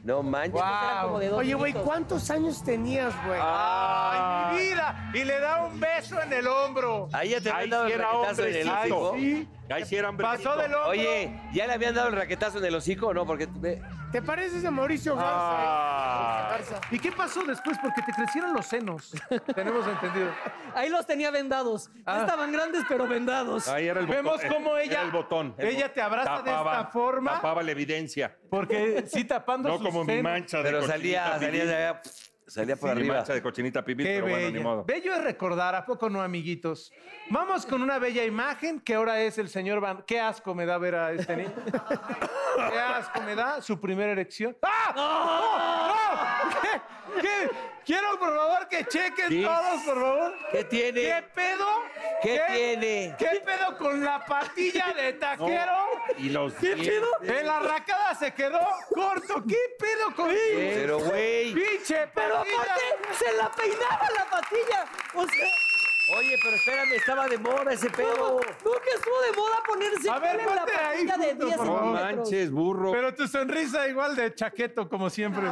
S2: No manches.
S5: Entonces eran como de dos
S1: Oye, güey,
S5: minutos.
S1: ¿cuántos años tenías, güey?
S3: ¡Ay, mi vida! Y le da un beso en el hombro.
S2: Ahí ya te
S4: Ahí
S2: habían dado
S4: sí
S2: el
S4: era
S2: raquetazo en el
S4: hombrecito.
S2: hocico.
S4: Sí. Ahí sí era hombrecito.
S3: Pasó del hombro.
S2: Oye, ¿ya le habían dado el raquetazo en el hocico o no? Porque eh, ve,
S1: ¿Te pareces a Mauricio
S4: Ah.
S1: Garza? eh? Garza.
S3: ¿Y qué pasó después? Porque te crecieron los senos. Tenemos entendido.
S5: Ahí los tenía vendados. No
S3: Ah.
S5: Estaban grandes, pero vendados.
S4: Ahí era el botón. eh,
S3: Vemos cómo
S4: Era
S3: ella-
S4: el botón. El
S3: ella
S4: botón.
S3: te abraza de esta forma.
S4: Tapaba la evidencia.
S3: Porque sí tapando
S4: No
S3: sus
S4: como mi
S3: senos.
S4: mancha de
S2: pero
S4: cochinita
S2: salía,
S4: pibil.
S2: salía de allá, salía por
S4: Sí, mi
S2: arriba.
S4: mancha de cochinita pibil,
S3: Qué
S4: pero bueno, ni
S3: bella.
S4: modo.
S3: Bello es recordar, ¿a poco no, amiguitos? Vamos con una bella imagen que ahora es el señor Van. Qué asco me da ver a este niño. Qué asco me da su primera erección. ¡Ah! ¡No! ¡No! ¿Qué? ¿Qué? Quiero, por favor, que chequen
S2: Sí.
S3: todos, por favor.
S2: ¿Qué tiene?
S3: ¿Qué pedo?
S2: ¿Qué tiene?
S3: ¿Qué pedo con la patilla de taquero?
S4: Y los
S3: ¿Qué
S4: dientes.
S3: pedo? En la racada se quedó corto. ¿Qué pedo con
S2: Pero, güey.
S3: ¡Pinche
S5: Pero
S3: patilla!
S5: aparte, se la peinaba la patilla. O sea,
S2: Oye, pero espérame, estaba de moda ese
S5: ¿cómo?
S2: pedo.
S5: nunca estuvo de moda ponerse
S3: A ver,
S5: crema en la
S3: ponte ahí
S5: patilla de
S3: junto,
S5: 10
S3: por
S4: No
S3: favor.
S5: centímetros.
S4: manches, burro.
S3: Pero tu sonrisa igual de chaqueto, como siempre.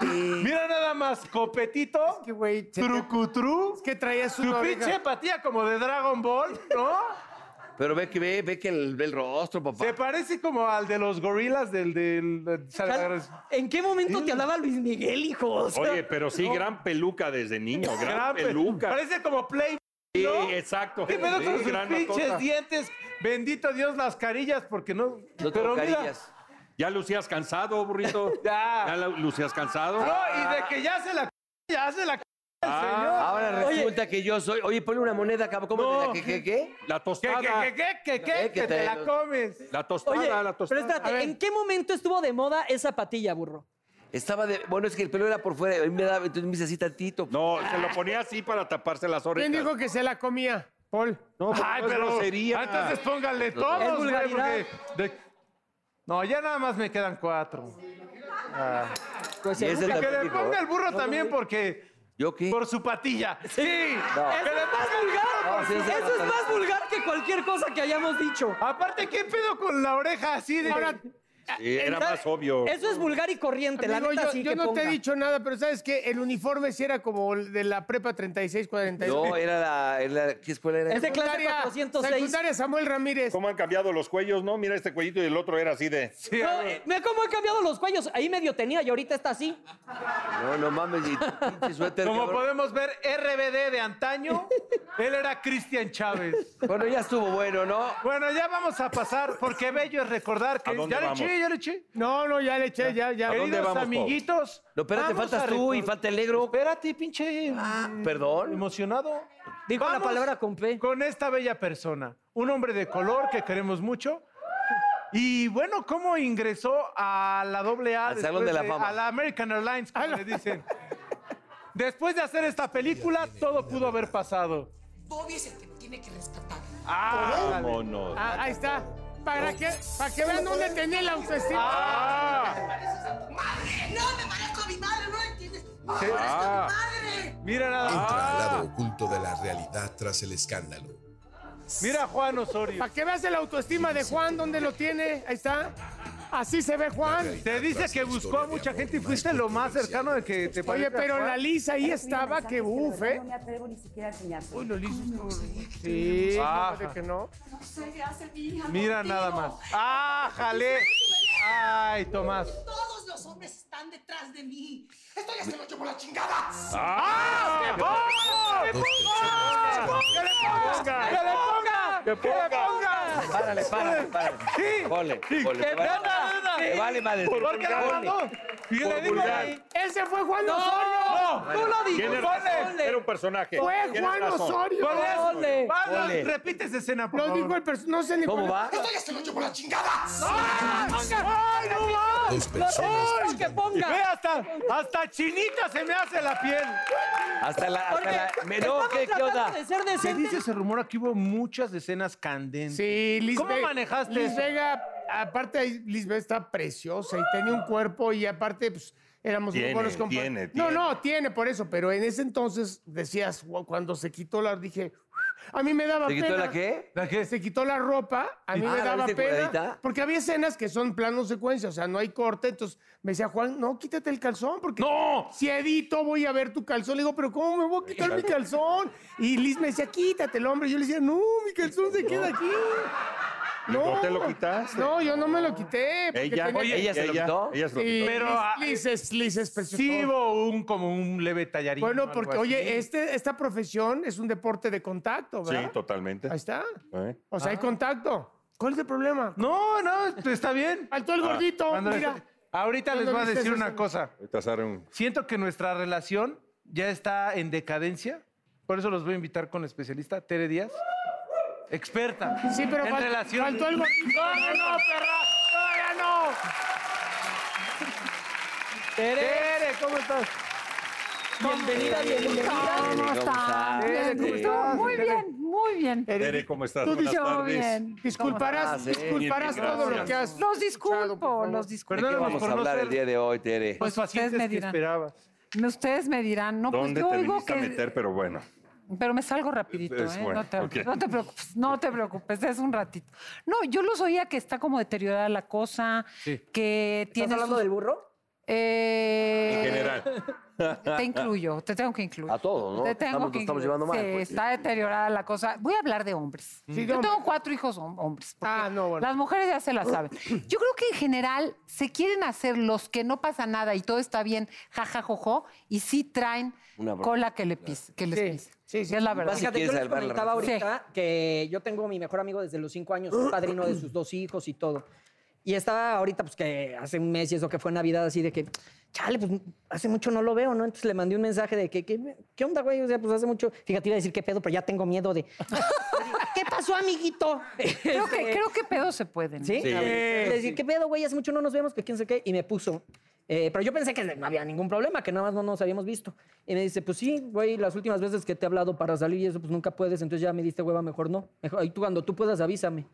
S3: Mira nada más, copetito,
S1: Que, güey, se te-
S3: trucutru,
S1: es que traías
S3: tu
S1: una oreja.
S3: pinche patilla como de Dragon Ball, ¿no?
S2: Pero ve que ve, ve que el, ve el rostro, papá.
S3: Se parece como al de los gorilas del... del,
S5: Cal- ¿En qué momento te hablaba Luis Miguel, hijo? O sea,
S4: Oye, pero sí, gran peluca desde niño. Gran, peluca.
S3: Parece como Play.
S4: Sí,
S3: ¿no?
S4: exacto.
S3: ¿Qué pedo
S4: Sí,
S3: con sus
S4: gran
S3: pinches
S4: matota.
S3: dientes? Bendito Dios, las carillas, porque no...
S2: no
S3: pero
S2: tengo
S3: mira,
S2: carillas.
S4: Ya lucías cansado, burrito.
S3: Ya.
S4: la- lucías cansado. Ah.
S3: No, y de que ya se la... Ya se la... el señor.
S2: Ahora
S5: Oye.
S2: resulta que yo soy. Oye, ponle una moneda, cabrón. ¿Cómo?
S3: No.
S2: ¿La que- que- qué?
S4: La
S3: Que,
S4: tostada.
S3: que, que, que, que, que,
S2: Eh, que
S3: que te
S2: te-
S3: la comes.
S4: La tostada,
S5: Oye,
S4: la
S5: pero
S4: tostada. A
S5: espérate,
S4: ver.
S5: ¿en qué momento estuvo de moda esa patilla, burro?
S2: Estaba de. Bueno, es que el pelo era por fuera. A mí me daba. Entonces me hice así tantito.
S4: No, se lo ponía así para taparse las orejas.
S1: ¿Quién dijo que se la comía? Paul.
S4: No,
S3: Ay, pero.
S4: sería.
S3: Ah, Entonces pónganle
S5: Es
S3: todos, güey,
S5: vulgaridad.
S3: porque. de- No, ya nada más me quedan cuatro.
S5: Pues
S2: Y ese
S5: nunca-
S3: Que
S2: también
S3: le
S2: dijo,
S3: ponga
S2: ¿eh?
S3: el burro también porque.
S2: ¿Yo qué?
S3: Por su patilla. Sí. Que
S5: Eso
S3: le
S5: es más
S3: ponga el burro
S5: vulgar.
S3: por
S2: sí,
S3: su-
S2: ese-
S5: Eso es más vulgar que cualquier cosa que hayamos dicho.
S3: Aparte, ¿qué pedo con la oreja así de.
S4: Sí, era
S5: Entonces,
S4: más obvio.
S5: Eso es vulgar y corriente, la
S1: Amigo,
S5: neta
S1: yo,
S5: sí
S1: yo
S5: que
S1: no te
S5: ponga.
S1: he dicho nada, pero ¿sabes qué? El uniforme sí era como el de la prepa 36-42.
S2: No, era la, era la- ¿Qué escuela era?
S5: Es de clase
S1: Secundaria-
S5: 406.
S1: Secundaria Samuel Ramírez.
S4: ¿Cómo han cambiado los cuellos? No, mira este cuellito y el otro era así de.
S3: Sí,
S5: No,
S3: a ver.
S5: mira cómo han cambiado los cuellos. Ahí medio tenía y ahorita está así.
S2: No, no mames. Y tu pinche suéter.
S3: Como
S2: cabrón.
S3: podemos ver, RBD de antaño, él era Cristian Chávez.
S2: Bueno, ya estuvo bueno, ¿no?
S3: Bueno, ya vamos a pasar, porque bello es recordar que.
S4: ¿A dónde
S3: ya le
S4: vamos?
S3: eché, ya le eché.
S1: No, no, ya le eché, ya, ya.
S4: ¿A dónde
S3: Queridos
S4: vamos, Pau?
S3: amiguitos.
S2: No, espérate,
S3: vamos
S2: faltas
S3: a
S2: tú y
S3: recor-
S2: falta el negro. Ah,
S3: Espérate, pinche. mm,
S2: Perdón.
S3: Emocionado.
S5: Dijo la palabra con P.
S3: Con esta bella persona. Un hombre de color que queremos mucho. Y bueno, ¿cómo ingresó a la doble A?
S2: Al Salón de la Fama.
S3: A la American Airlines, como le dicen. Después de hacer esta película, todo pudo haber pasado.
S10: Bobby es el que tiene que rescatar.
S3: Ah,
S4: Vámonos.
S1: Ah, ahí está. Para que, para que vean dónde tenía la autoestima.
S3: Ah.
S10: ¡Madre! ¡No me parezco a mi madre! ¡No la entiendes! ¡No me
S3: Sí.
S10: parezco a
S4: Ah.
S10: mi madre!
S3: mira nada más.
S11: oculto de la realidad tras el escándalo.
S3: Mira a Juan Osorio.
S1: Para que veas el autoestima de Juan, dónde lo tiene. Ahí está. Así se ve Juan.
S3: Te dice que buscó a mucha gente y fuiste lo más cercano de que te
S1: Oye,
S3: parezca
S1: pero
S3: Juan.
S1: la Lisa ahí estaba, que buf, ¿eh?
S10: No me atrevo ni siquiera a enseñarte.
S1: Uy, lo Lisa estuvo- Sí,
S3: Ah.
S1: no, de que no.
S10: No sé qué hace mi hija.
S3: Mira
S10: contigo.
S3: nada más. ¡Ah, jalé! ¡Ay, Tomás!
S10: Todos los hombres están detrás de mí. Estoy hasta el ocho por la chingada.
S1: ¡Ah! ¡Que ponga! ¡Que ponga! ¡Que le ponga! ¡Que le ponga!
S3: ¡Que ponga!
S2: Párale, párale, párale.
S3: Sí.
S2: Ponle,
S3: Sí,
S2: ponle.
S3: que
S2: te pues, vale-
S3: venga,
S2: te
S3: sí.
S2: vale madre.
S3: ¿Por qué la
S2: Ponle.
S3: mandó? Y
S2: Por
S3: le digo
S2: vulgar.
S1: ¡Ese fue Juan
S3: ¡No!
S1: Osorio!
S3: ¡Tú lo
S4: Tiene
S3: dices!
S4: razón,
S3: ¡Ponle!
S4: era un personaje.
S1: ¡Fue
S4: Tiene
S1: Juan
S4: razón.
S1: Osorio!
S3: ¡Ponle!
S2: Ponle.
S3: Pablo,
S2: Ponle.
S3: repite esa escena, por
S1: Lo dijo
S3: favor.
S1: el personaje. No sé ni
S2: ¿Cómo
S1: cuál-
S2: va?
S10: Estoy hasta el ocho por la chingada.
S1: ¡Ay, no va!
S11: Dos personas
S5: ¡Que ponga!
S3: Ve hasta, hasta chinita se me hace la piel.
S2: Hasta la. Hasta la me, no,
S5: estamos
S2: ¿qué, ¿qué
S5: tratando
S2: onda?
S5: de ser
S3: Se
S5: decentes.
S3: dice ese rumor que hubo muchas escenas candentes.
S1: Sí, Liz
S3: ¿Cómo
S1: Ve-
S3: manejaste
S1: Liz
S3: eso?
S1: Vega, aparte, ahí, Liz Vega está preciosa y tenía un cuerpo y aparte, pues, éramos
S4: Tiene,
S1: muy buenos compa-
S4: tiene,
S1: No,
S4: tiene.
S1: no, tiene por eso, pero en ese entonces decías, "Wow", cuando se quitó la, dije, a mí me daba
S2: ¿Te
S1: pena.
S2: quitó la qué?
S3: ¿La qué?
S1: Se quitó la ropa, a mí
S2: Ah,
S1: me
S2: ¿la
S1: daba
S2: viste
S1: pena.
S2: cuadradita?
S1: Porque había escenas que son plano secuencia, o sea, no hay corte. Entonces me decía Juan, no, quítate el calzón, porque
S3: ¡No!
S1: si edito voy a ver tu calzón. Le digo, pero ¿cómo me voy a quitar mi calzón? Y Liz me decía, quítate el hombre. Yo le decía, no, mi calzón se queda aquí.
S4: ¿No te lo quitaste?
S1: No, yo no me lo quité. porque
S4: Ella,
S1: tenía-
S2: Oye, ¿ella se lo quitó?
S4: Ella se lo
S1: Sí,
S4: quitó.
S3: Pero,
S1: Liz-
S3: ah,
S1: Liz, es, Liz es preciosa.
S3: Sí hubo un, como un leve tallarín. o
S1: bueno,
S3: algo
S1: porque,
S3: así.
S1: oye, este, esta profesión es un deporte de contacto, ¿verdad?
S4: Sí, totalmente.
S1: Ahí está.
S4: ¿Eh?
S1: O sea, hay contacto. ¿Cuál es el problema?
S3: No, no, está bien.
S1: Faltó el gordito,
S3: Cuando-
S1: mira.
S3: Ahorita les
S1: Cuando
S3: voy a
S1: viste
S3: decir
S1: eso,
S3: una
S1: se-
S3: cosa.
S4: Ahorita sale un-
S3: Siento que nuestra relación ya está en decadencia. Por eso los voy a invitar con la especialista, Tere Díaz. Experta.
S1: Sí, pero
S3: en
S1: fal-
S3: relación.
S1: faltó el gordito. ¡No, no, perra! ¡Todavía no!
S3: Tere, ¿cómo estás?
S5: Bienvenida, bienvenida.
S2: ¿Cómo
S12: Ah,
S2: estás?
S3: Tere, ¿cómo estás?
S12: Muy
S3: Tere.
S12: bien, muy bien.
S4: Tere, ¿cómo estás?
S1: Tú
S4: Buenas
S1: dices-
S12: Yo
S4: tardes. Ah,
S12: bien.
S1: Disculparás,
S2: estás, eh?
S1: disculparás
S4: Bien,
S1: todo lo
S4: gracias.
S1: que has...
S12: Los
S1: Escuchado, por
S12: disculpo,
S1: favor.
S12: los
S2: ¿De qué
S12: disculpo.
S3: Perdóname
S2: vamos
S3: por
S2: a
S3: no
S2: hablar
S3: ser-
S2: el día de hoy, Tere?
S12: Pues
S3: Los pacientes
S12: ustedes me
S3: que
S12: dirán.
S3: esperabas.
S12: Ustedes me dirán, no, pues
S4: ¿Dónde
S12: yo
S4: te
S12: oigo
S4: viniste
S12: que...
S4: a meter? Pero bueno.
S12: Pero me salgo rapidito,
S4: Es
S12: ¿eh?
S4: bueno,
S12: no, te,
S4: ok.
S12: no te preocupes, no te preocupes, es un ratito. No, yo los oía que está como deteriorada la cosa,
S3: Sí.
S12: que
S5: ¿Estás
S12: tiene...
S5: hablando del burro?
S12: Eh,
S4: En general.
S12: Te incluyo, te tengo que incluir.
S2: A todo, ¿no?
S12: Te tengo
S2: Estamos-
S12: que
S2: nos
S12: incluir.
S2: estamos llevando mal,
S12: Sí,
S2: pues.
S12: está deteriorada la cosa. Voy a hablar de hombres.
S1: Sí, de
S12: Yo
S1: hombres.
S12: tengo cuatro hijos hom- hombres. porque
S1: Ah, no, bueno.
S12: Las mujeres ya se la saben. Yo creo que en general se quieren hacer los que no pasa nada y todo está bien, jajajojo, y sí traen
S2: Una bronca,
S12: cola que, le pis- que les
S1: Sí,
S12: pisa.
S1: sí, sí.
S12: Es la verdad.
S2: Vas a-
S5: Fíjate, yo
S2: quieres
S5: les
S2: salvar la
S5: comentaba
S12: relación.
S5: ahorita que yo tengo a mi mejor amigo desde los cinco años, es padrino de sus dos hijos y todo. Y estaba ahorita, pues que hace un mes y eso que fue Navidad, así de que, chale, pues hace mucho no lo veo, ¿no? Entonces le mandé un mensaje de que, que, ¿qué onda, güey? O sea, pues hace mucho. Fíjate, iba a decir qué pedo, pero ya tengo miedo de. ¿Qué pasó, amiguito? Este,
S12: Creo que, creo que pedo se pueden.
S5: ¿Sí?
S2: Sí.
S5: Le dije, ¿qué pedo, güey? Hace mucho no nos vemos, que quién sé qué. Y me puso. eh, pero yo pensé que no había ningún problema, que nada más no nos habíamos visto. Y me dice, pues sí, güey, las últimas veces que te he hablado para salir y eso, pues nunca puedes, entonces ya me diste hueva, mejor no. Mejor, ahí tú cuando tú puedas, avísame.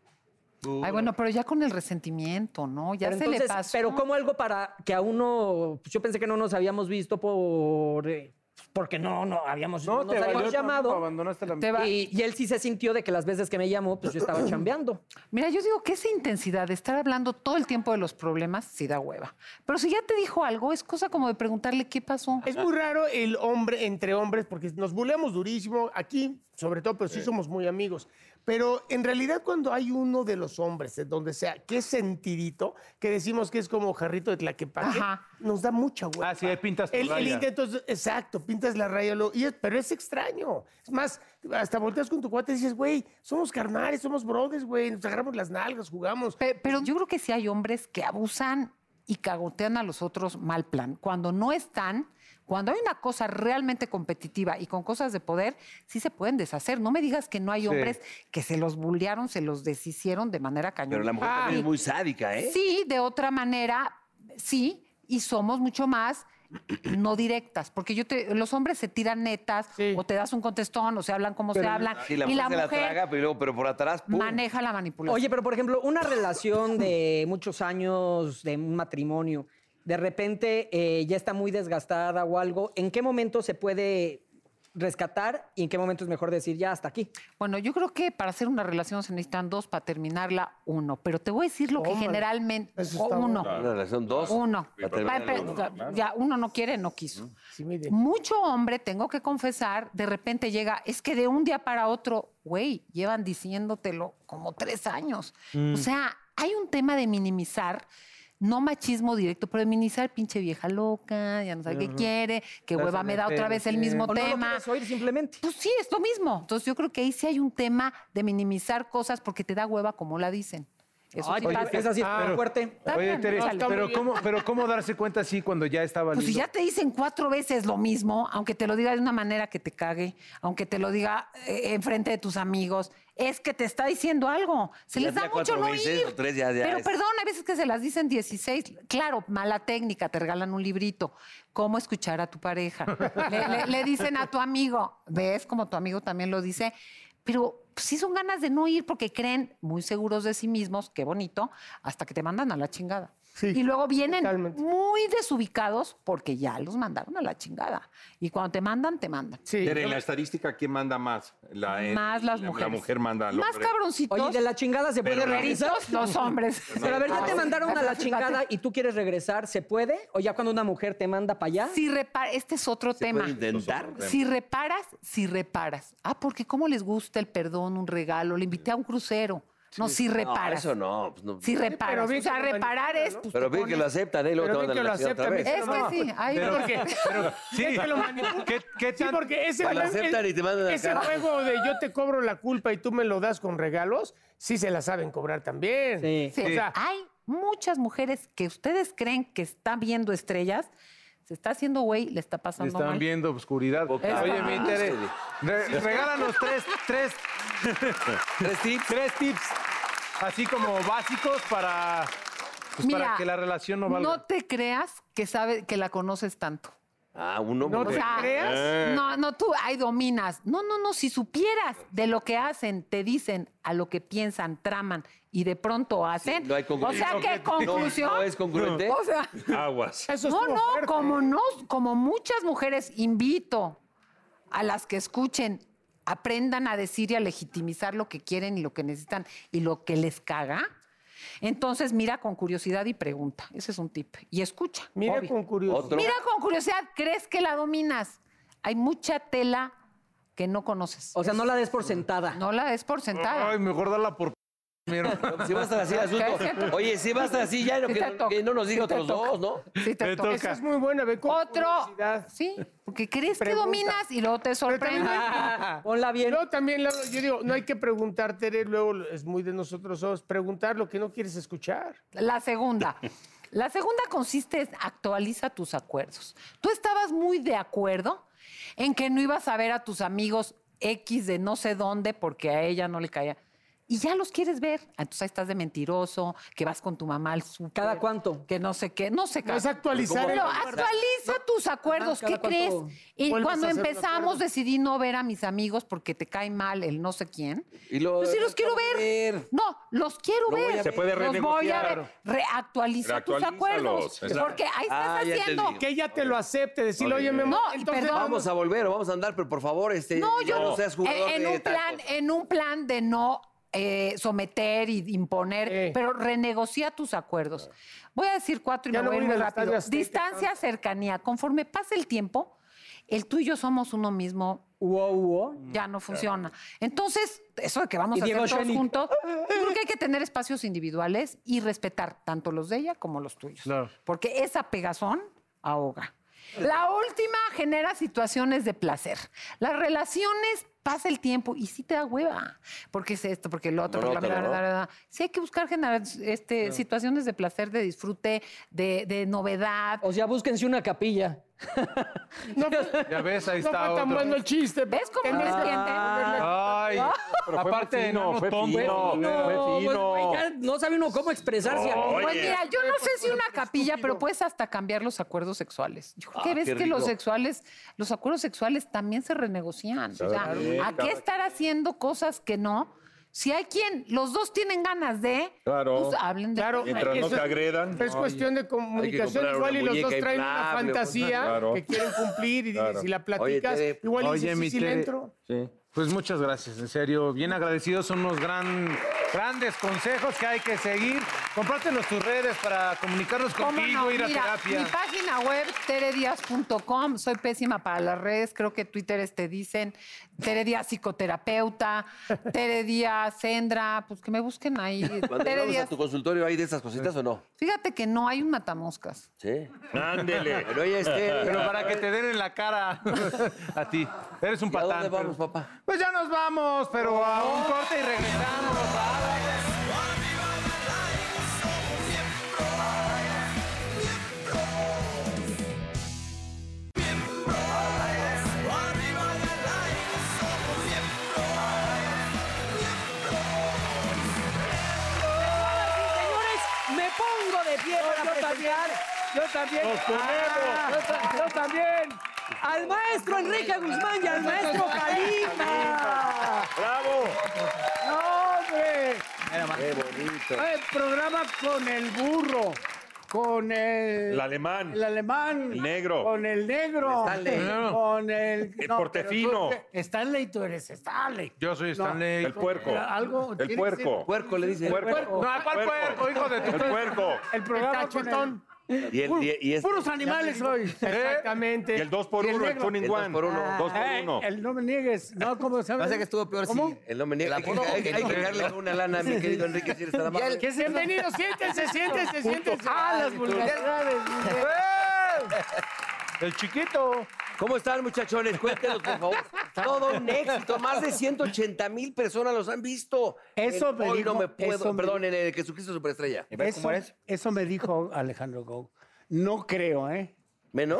S3: Uh.
S12: Ay, bueno, pero ya con el resentimiento, ¿no? Ya
S5: pero
S12: se le
S5: entonces,
S12: pasó.
S5: Pero como algo para que a uno, pues yo pensé que no nos habíamos visto por... eh, porque no, no habíamos,
S3: No,
S5: no nos
S3: te
S5: habíamos
S3: valió
S5: llamado.
S3: tampoco, abandonaste la
S12: Te va-
S5: Y, y él sí se sintió de que las veces que me llamó, pues yo estaba chambeando.
S12: Mira, yo digo que esa intensidad de estar hablando todo el tiempo de los problemas sí da hueva. Pero si ya te dijo algo, es cosa como de preguntarle qué pasó.
S1: Es muy raro el hombre entre hombres porque nos buleamos durísimo aquí, sobre todo, pero sí somos muy amigos. Pero en realidad cuando hay uno de los hombres, en donde sea, qué sentidito, que decimos que es como jarrito de tlaquepaque,
S12: Ajá.
S1: nos da mucha hueva.
S3: Ah, sí, ahí pintas tu
S1: el, el
S3: raya.
S1: intento es- exacto, pintas la raya, lo- y es- pero es extraño. Es más, hasta volteas con tu cuate y dices, güey, somos carnales, somos brothers, güey, nos agarramos las nalgas, jugamos.
S12: Pe- Pero, yo creo que sí hay hombres que abusan y cagotean a los otros mal plan. Cuando no están, cuando hay una cosa realmente competitiva y con cosas de poder, sí se pueden deshacer. No me digas que no hay hombres que se los bullearon, se los deshicieron de manera cañona.
S2: Pero la mujer también es muy sádica, ¿eh?
S12: Sí, de otra manera, sí, y somos mucho más no directas, porque yo te- los hombres se tiran netas
S1: Sí.
S12: o te das un contestón o se hablan como se hablan
S2: Sí, la
S12: y
S2: mujer
S12: la
S2: se la
S12: mujer
S2: traga, pero, luego- pero por atrás, ¡pum!
S12: maneja la manipulación.
S5: Oye, pero por ejemplo, una relación de muchos años, de un matrimonio, de repente eh, ya está muy desgastada o algo, ¿en qué momento se puede rescatar y en qué momento es mejor decir ya hasta aquí?
S12: Bueno, yo creo que para hacer una relación se necesitan dos, para terminarla uno. Pero te voy a decir lo que
S2: Tómala.
S12: generalmente.
S2: Eso
S12: o
S2: está
S12: uno.
S2: bueno. Una relación dos,
S12: Uno.
S2: para terminarla
S12: Pa- pa-
S2: uno,
S12: ya-
S2: claro.
S12: Ya, uno no quiere, no quiso. Mucho hombre, tengo que confesar, de repente llega, es que de un día para otro, güey, llevan diciéndotelo como tres años.
S13: Mm.
S12: O sea, hay un tema de minimizar. No machismo directo, pero de minimizar pinche vieja loca, ya no sabe qué
S5: Ajá.
S12: quiere, que
S5: Ya
S12: hueva
S5: se
S12: me
S5: me
S12: da otra
S5: pega,
S12: vez el
S5: sí.
S12: mismo
S5: O no lo
S12: tema.
S5: quieres oír simplemente.
S12: Pues sí, es lo mismo. Entonces yo creo que ahí sí hay un tema de minimizar cosas porque te da hueva como la dicen. Eso sí pasa. Está
S3: pues, ah. Oye,
S12: bien,
S3: Tere,
S12: no, está muy
S3: pero
S12: bien.
S3: ¿cómo, pero ¿cómo darse cuenta así cuando ya estaba
S12: Pues si
S3: lindo?
S12: ya te dicen cuatro veces lo mismo, aunque te lo diga de una manera que te cague, aunque te lo diga eh, enfrente de tus amigos, es que te está diciendo algo. Se
S2: Ya
S12: les da
S2: sea
S12: mucho
S2: cuatro
S12: no
S2: veces
S12: ir.
S2: o tres, ya- ya
S12: Pero
S2: es-
S12: perdón, hay veces que se las dicen 16. Claro, mala técnica, te regalan un librito. ¿Cómo escuchar a tu pareja? le, le- le dicen a tu amigo, ¿ves? Como tu amigo también lo dice. Pero pues, sí son ganas de no ir porque creen muy seguros de sí mismos, qué bonito, hasta que te mandan a la chingada. y luego vienen muy desubicados porque ya los mandaron a la chingada. Y cuando te mandan, te mandan.
S4: Tere, en la estadística, ¿quién manda más? La, eh,
S12: Más las
S4: la- La
S12: mujeres.
S4: mujer manda al
S12: Más
S4: hombre.
S12: cabroncitos.
S5: Oye, de la chingada se
S4: Pero
S5: puede
S4: la-
S5: regresar.
S12: Los hombres.
S5: Pero a ver, ya te
S12: Ah,
S5: mandaron a la
S12: fíjate.
S5: chingada y tú quieres regresar, ¿se puede? ¿O ya cuando una mujer te manda para allá?
S12: Si repara, este es otro tema.
S5: puede intentar.
S12: Si reparas, si reparas. Ah, porque cómo les gusta el perdón, un regalo, le invité a un crucero. No, si reparas.
S2: Ah, No, eso no. pues no.
S12: Si reparas.
S2: bien
S12: o sea,
S2: que lo
S12: reparar es. pues,
S2: Pero
S12: te
S2: bien que
S12: pones-
S2: lo aceptan, ¿eh? Y luego
S12: Pero
S2: te
S12: bien
S2: mandan a la
S12: que lo
S2: chingada otra vez.
S12: aceptan, Es que sí. Ay,
S2: Pero-
S12: porque-
S1: pero-
S12: sí.
S1: que lo manipulan. Sí, porque ese,
S2: Te lo
S1: juego-
S2: aceptan y te mandan a la
S1: ese
S2: cara.
S1: juego de yo te cobro la culpa y tú me lo das con regalos, sí se la saben cobrar también.
S12: Sí.
S1: O sea,
S12: hay muchas mujeres que ustedes creen que están viendo estrellas, se está haciendo güey, le está
S3: Le
S12: pasando
S3: Están
S12: mal.
S3: viendo obscuridad.
S12: Poca
S3: Oye,
S12: madre.
S3: mi Tere, re- regálanos tres, tres,
S2: tres tips.
S3: Tres tips. Así como básicos para, pues,
S12: Mira,
S3: para que la relación no valga.
S12: No te creas que sabe que la conoces tanto.
S2: Ah, un hombre.
S12: O sea,
S2: Eh.
S4: Eh.
S12: No, no, tú ahí dominas. No, no, no. Si supieras de lo que hacen, te dicen, a lo que piensan, traman y de pronto hacen.
S2: No hay
S12: ¿eh? o
S2: congruencia.
S12: sea, ¿qué
S2: No,
S12: conclusión?
S2: No, es congruente.
S12: O sea,
S4: Aguas.
S12: no, no, como no, como muchas mujeres invito a las que escuchen, aprendan a decir y a legitimizar lo que quieren y lo que necesitan y lo que les caga. Entonces mira con curiosidad y pregunta. Ese es un tip. Y escucha.
S1: Mira
S12: obvio.
S1: con curiosidad.
S12: Mira con curiosidad, ¿crees que la dominas? Hay mucha tela que no conoces. O
S5: sea, no la des por sentada.
S12: No la des por sentada.
S3: Ay, mejor darla por...
S2: pues, Si va a estar así el asunto. Oye, si va a estar así, ya no-
S12: Sí
S2: que,
S12: te
S2: no, que no nos diga
S12: Sí te
S2: otros
S12: toca.
S2: dos, ¿no?
S12: Sí te toca.
S1: Esa es muy buena, ve con
S12: Otro,
S1: curiosidad.
S12: sí, porque crees que dominas y luego te sorprende.
S1: Ponla bien. No, también, la- yo digo, no hay que preguntar, Tere, luego es muy de nosotros dos, preguntar lo que no quieres escuchar.
S12: La segunda. La segunda consiste en actualiza tus acuerdos. Tú estabas muy de acuerdo en que no ibas a ver a tus amigos X de no sé dónde porque a ella no le caía. Y ya los quieres ver. Ah, Entonces ahí estás de mentiroso, que vas con tu mamá al súper. ¿Cada cuánto? Que no sé qué, no sé. cada-
S1: es actualizar
S12: Pero
S1: el acuerdo.
S12: actualiza tus acuerdos.
S1: Ajá,
S12: ¿Qué
S1: ¿cada
S12: crees?
S1: cuánto
S12: Y
S1: vuelves a
S12: cuando
S1: hacer un
S12: empezamos
S1: acuerdo?
S12: decidí no ver a mis amigos porque te cae mal el no sé quién.
S2: Y lo-
S12: Pues sí los quiero ver. No, los quiero
S2: Lo voy
S12: ver.
S2: a Se ver. puede
S12: Los voy a
S2: renegociar.
S12: ver. Reactualiza tus
S2: Reactualízalos,
S12: acuerdos.
S2: exacto.
S12: Porque ahí estás
S2: Ah, ya
S12: haciendo.
S2: entendí.
S1: Que ella te lo acepte, decirle, oye, mi amor,
S12: No, y perdón.
S2: Vamos a volver, o vamos a andar, pero por favor, este.
S12: No,
S2: ya
S12: yo
S2: no seas eh, jugador
S12: en, en
S2: de
S12: un plan,
S2: tacos.
S12: en un plan de no eh, someter y imponer, pero renegocia tus acuerdos. Voy a decir cuatro y
S1: Ya
S12: me
S1: no
S12: voy a ir
S1: voy
S12: muy
S1: a ir al
S12: rápido.
S1: Estadio Azteca,
S12: Distancia, cercanía. Conforme pasa el tiempo, el tú y yo somos uno mismo. Ya no funciona. Entonces, eso de que vamos
S5: Y
S12: a
S5: Diego
S12: hacer todos
S5: Schoenig.
S12: juntos, yo creo que hay que tener espacios individuales y respetar tanto los de ella como los tuyos. Porque esa pegazón ahoga. La última genera situaciones de placer. Las relaciones pasa el tiempo y sí te da hueva. Porque es esto, porque lo otro, porque la
S2: Monótono,
S12: bla, bla,
S2: ¿no?
S12: bla, bla. Sí hay que buscar generar este, situaciones de placer, de disfrute, de, de novedad. O sea, búsquense una capilla.
S3: Ya ves, ahí
S1: No
S3: está
S1: fue tan
S3: otro.
S1: bueno el Ah. chiste.
S12: ¿Ves cómo este
S1: Tenías
S12: es
S1: que-
S12: gente?
S5: ah,
S3: Ay,
S1: Pero fue
S3: aparte de
S1: fino,
S3: no,
S1: fue
S3: tonto.
S1: fino,
S5: No,
S3: Fue
S5: pues,
S3: fino.
S5: güey, ya no sabe uno cómo expresarse. aquí.
S2: Ah,
S12: Pues mira, yo no sé si una capilla, pero puedes hasta cambiar los acuerdos sexuales. Yo creo que
S2: Ah,
S12: ves
S2: qué
S12: que los
S2: rico.
S12: sexuales, los acuerdos sexuales también se renegocian. O sea,
S2: Claro.
S12: ¿a qué estar haciendo cosas que no? Si hay quien, los dos tienen ganas de,
S4: Claro.
S12: pues hablen de
S4: Mientras no te agredan.
S1: Es cuestión de comunicación,
S4: comprar una
S1: igual y los dos
S4: muñeca
S1: traen una
S4: inflable, pues,
S1: fantasía
S4: claro.
S1: que quieren cumplir y dices,
S4: Claro.
S1: si la platicas,
S3: Tere.
S1: igual y dices,
S3: mi
S1: sí, sí le
S3: Tere.
S1: entro.
S3: Sí. Pues muchas gracias, en serio. Bien agradecidos, son unos gran, grandes consejos que hay que seguir. Compártenos tus redes para comunicarnos
S12: ¿Cómo
S3: contigo,
S12: no?
S3: ir a
S12: Mira,
S3: terapia.
S12: Mi página web, teredias.com. Soy pésima para las redes. Creo que Twitter te dicen Tere Díaz psicoterapeuta, Tere Díaz Sendra. Pues que me busquen ahí.
S2: Cuando
S12: Tere
S2: llegamos a
S12: Díaz.
S2: tu consultorio, ¿hay de esas cositas o no?
S12: Fíjate que no hay un matamoscas.
S2: Sí.
S4: Ándele.
S2: Pero oye, Esther.
S3: Pero para que te den en la cara a ti. Eres un patán.
S2: dónde vamos,
S3: pero-
S2: papá?
S3: Pues ya nos vamos, pero a
S1: Oh.
S3: un corte y regresamos.
S7: Señores, me pongo de pie para presentar. Yo también. Ah, yo ta- yo, también. Al maestro Enrique Guzmán y al maestro Califa.
S4: ¡Bravo!
S7: ¡No, hombre!
S2: Qué bonito.
S10: El programa con el burro, con el...
S4: El alemán.
S10: El alemán.
S4: El negro.
S10: Con el negro.
S4: Stanley. Claro.
S10: Con el...
S4: El
S10: pero
S4: portefino.
S10: tú- Stanley, tú eres Stanley.
S3: Yo soy Stanley.
S4: El puerco.
S10: Algo
S4: El
S10: tiene que
S4: puerco.
S10: ser-
S2: Puerco le dicen.
S10: El
S4: Puerco.
S3: No, ¿cuál puerco, hijo de tu
S4: El puerco.
S10: El programa
S1: Está
S10: con
S1: chetón.
S10: el-
S2: Y el- y- y este-
S10: Puros animales hoy.
S1: Exactamente.
S4: Y el 2 por
S10: Y el
S4: 1 el
S10: negro.
S4: two in
S2: El dos
S4: one.
S2: por uno.
S4: Ah. Dos por
S10: Eh,
S4: uno.
S10: el no me niegues. No, ¿cómo se llama?
S13: Pasa que estuvo peor
S10: ¿Cómo?
S13: si
S2: El hombre,
S13: La
S2: hay, que-
S13: puedo-
S2: hay que- hay que cargarle una lana a mi querido Enrique, si eres tan amable.
S10: Que se- Bienvenidos, siéntense, siéntense, siéntense. Ah, las vulgaridades.
S3: ¡Eh! El chiquito.
S2: ¿Cómo están, muchachones? Cuéntenos, por favor. Todo un éxito. Más de 180 mil personas los han visto.
S10: Eso
S2: En
S10: me
S2: Hoy no
S10: dijo,
S2: me puedo.
S10: eso me
S2: Perdón, en el Jesucristo Superestrella.
S10: Eso, eso me dijo Alejandro Gou. No creo, ¿eh?
S2: ¿Menos?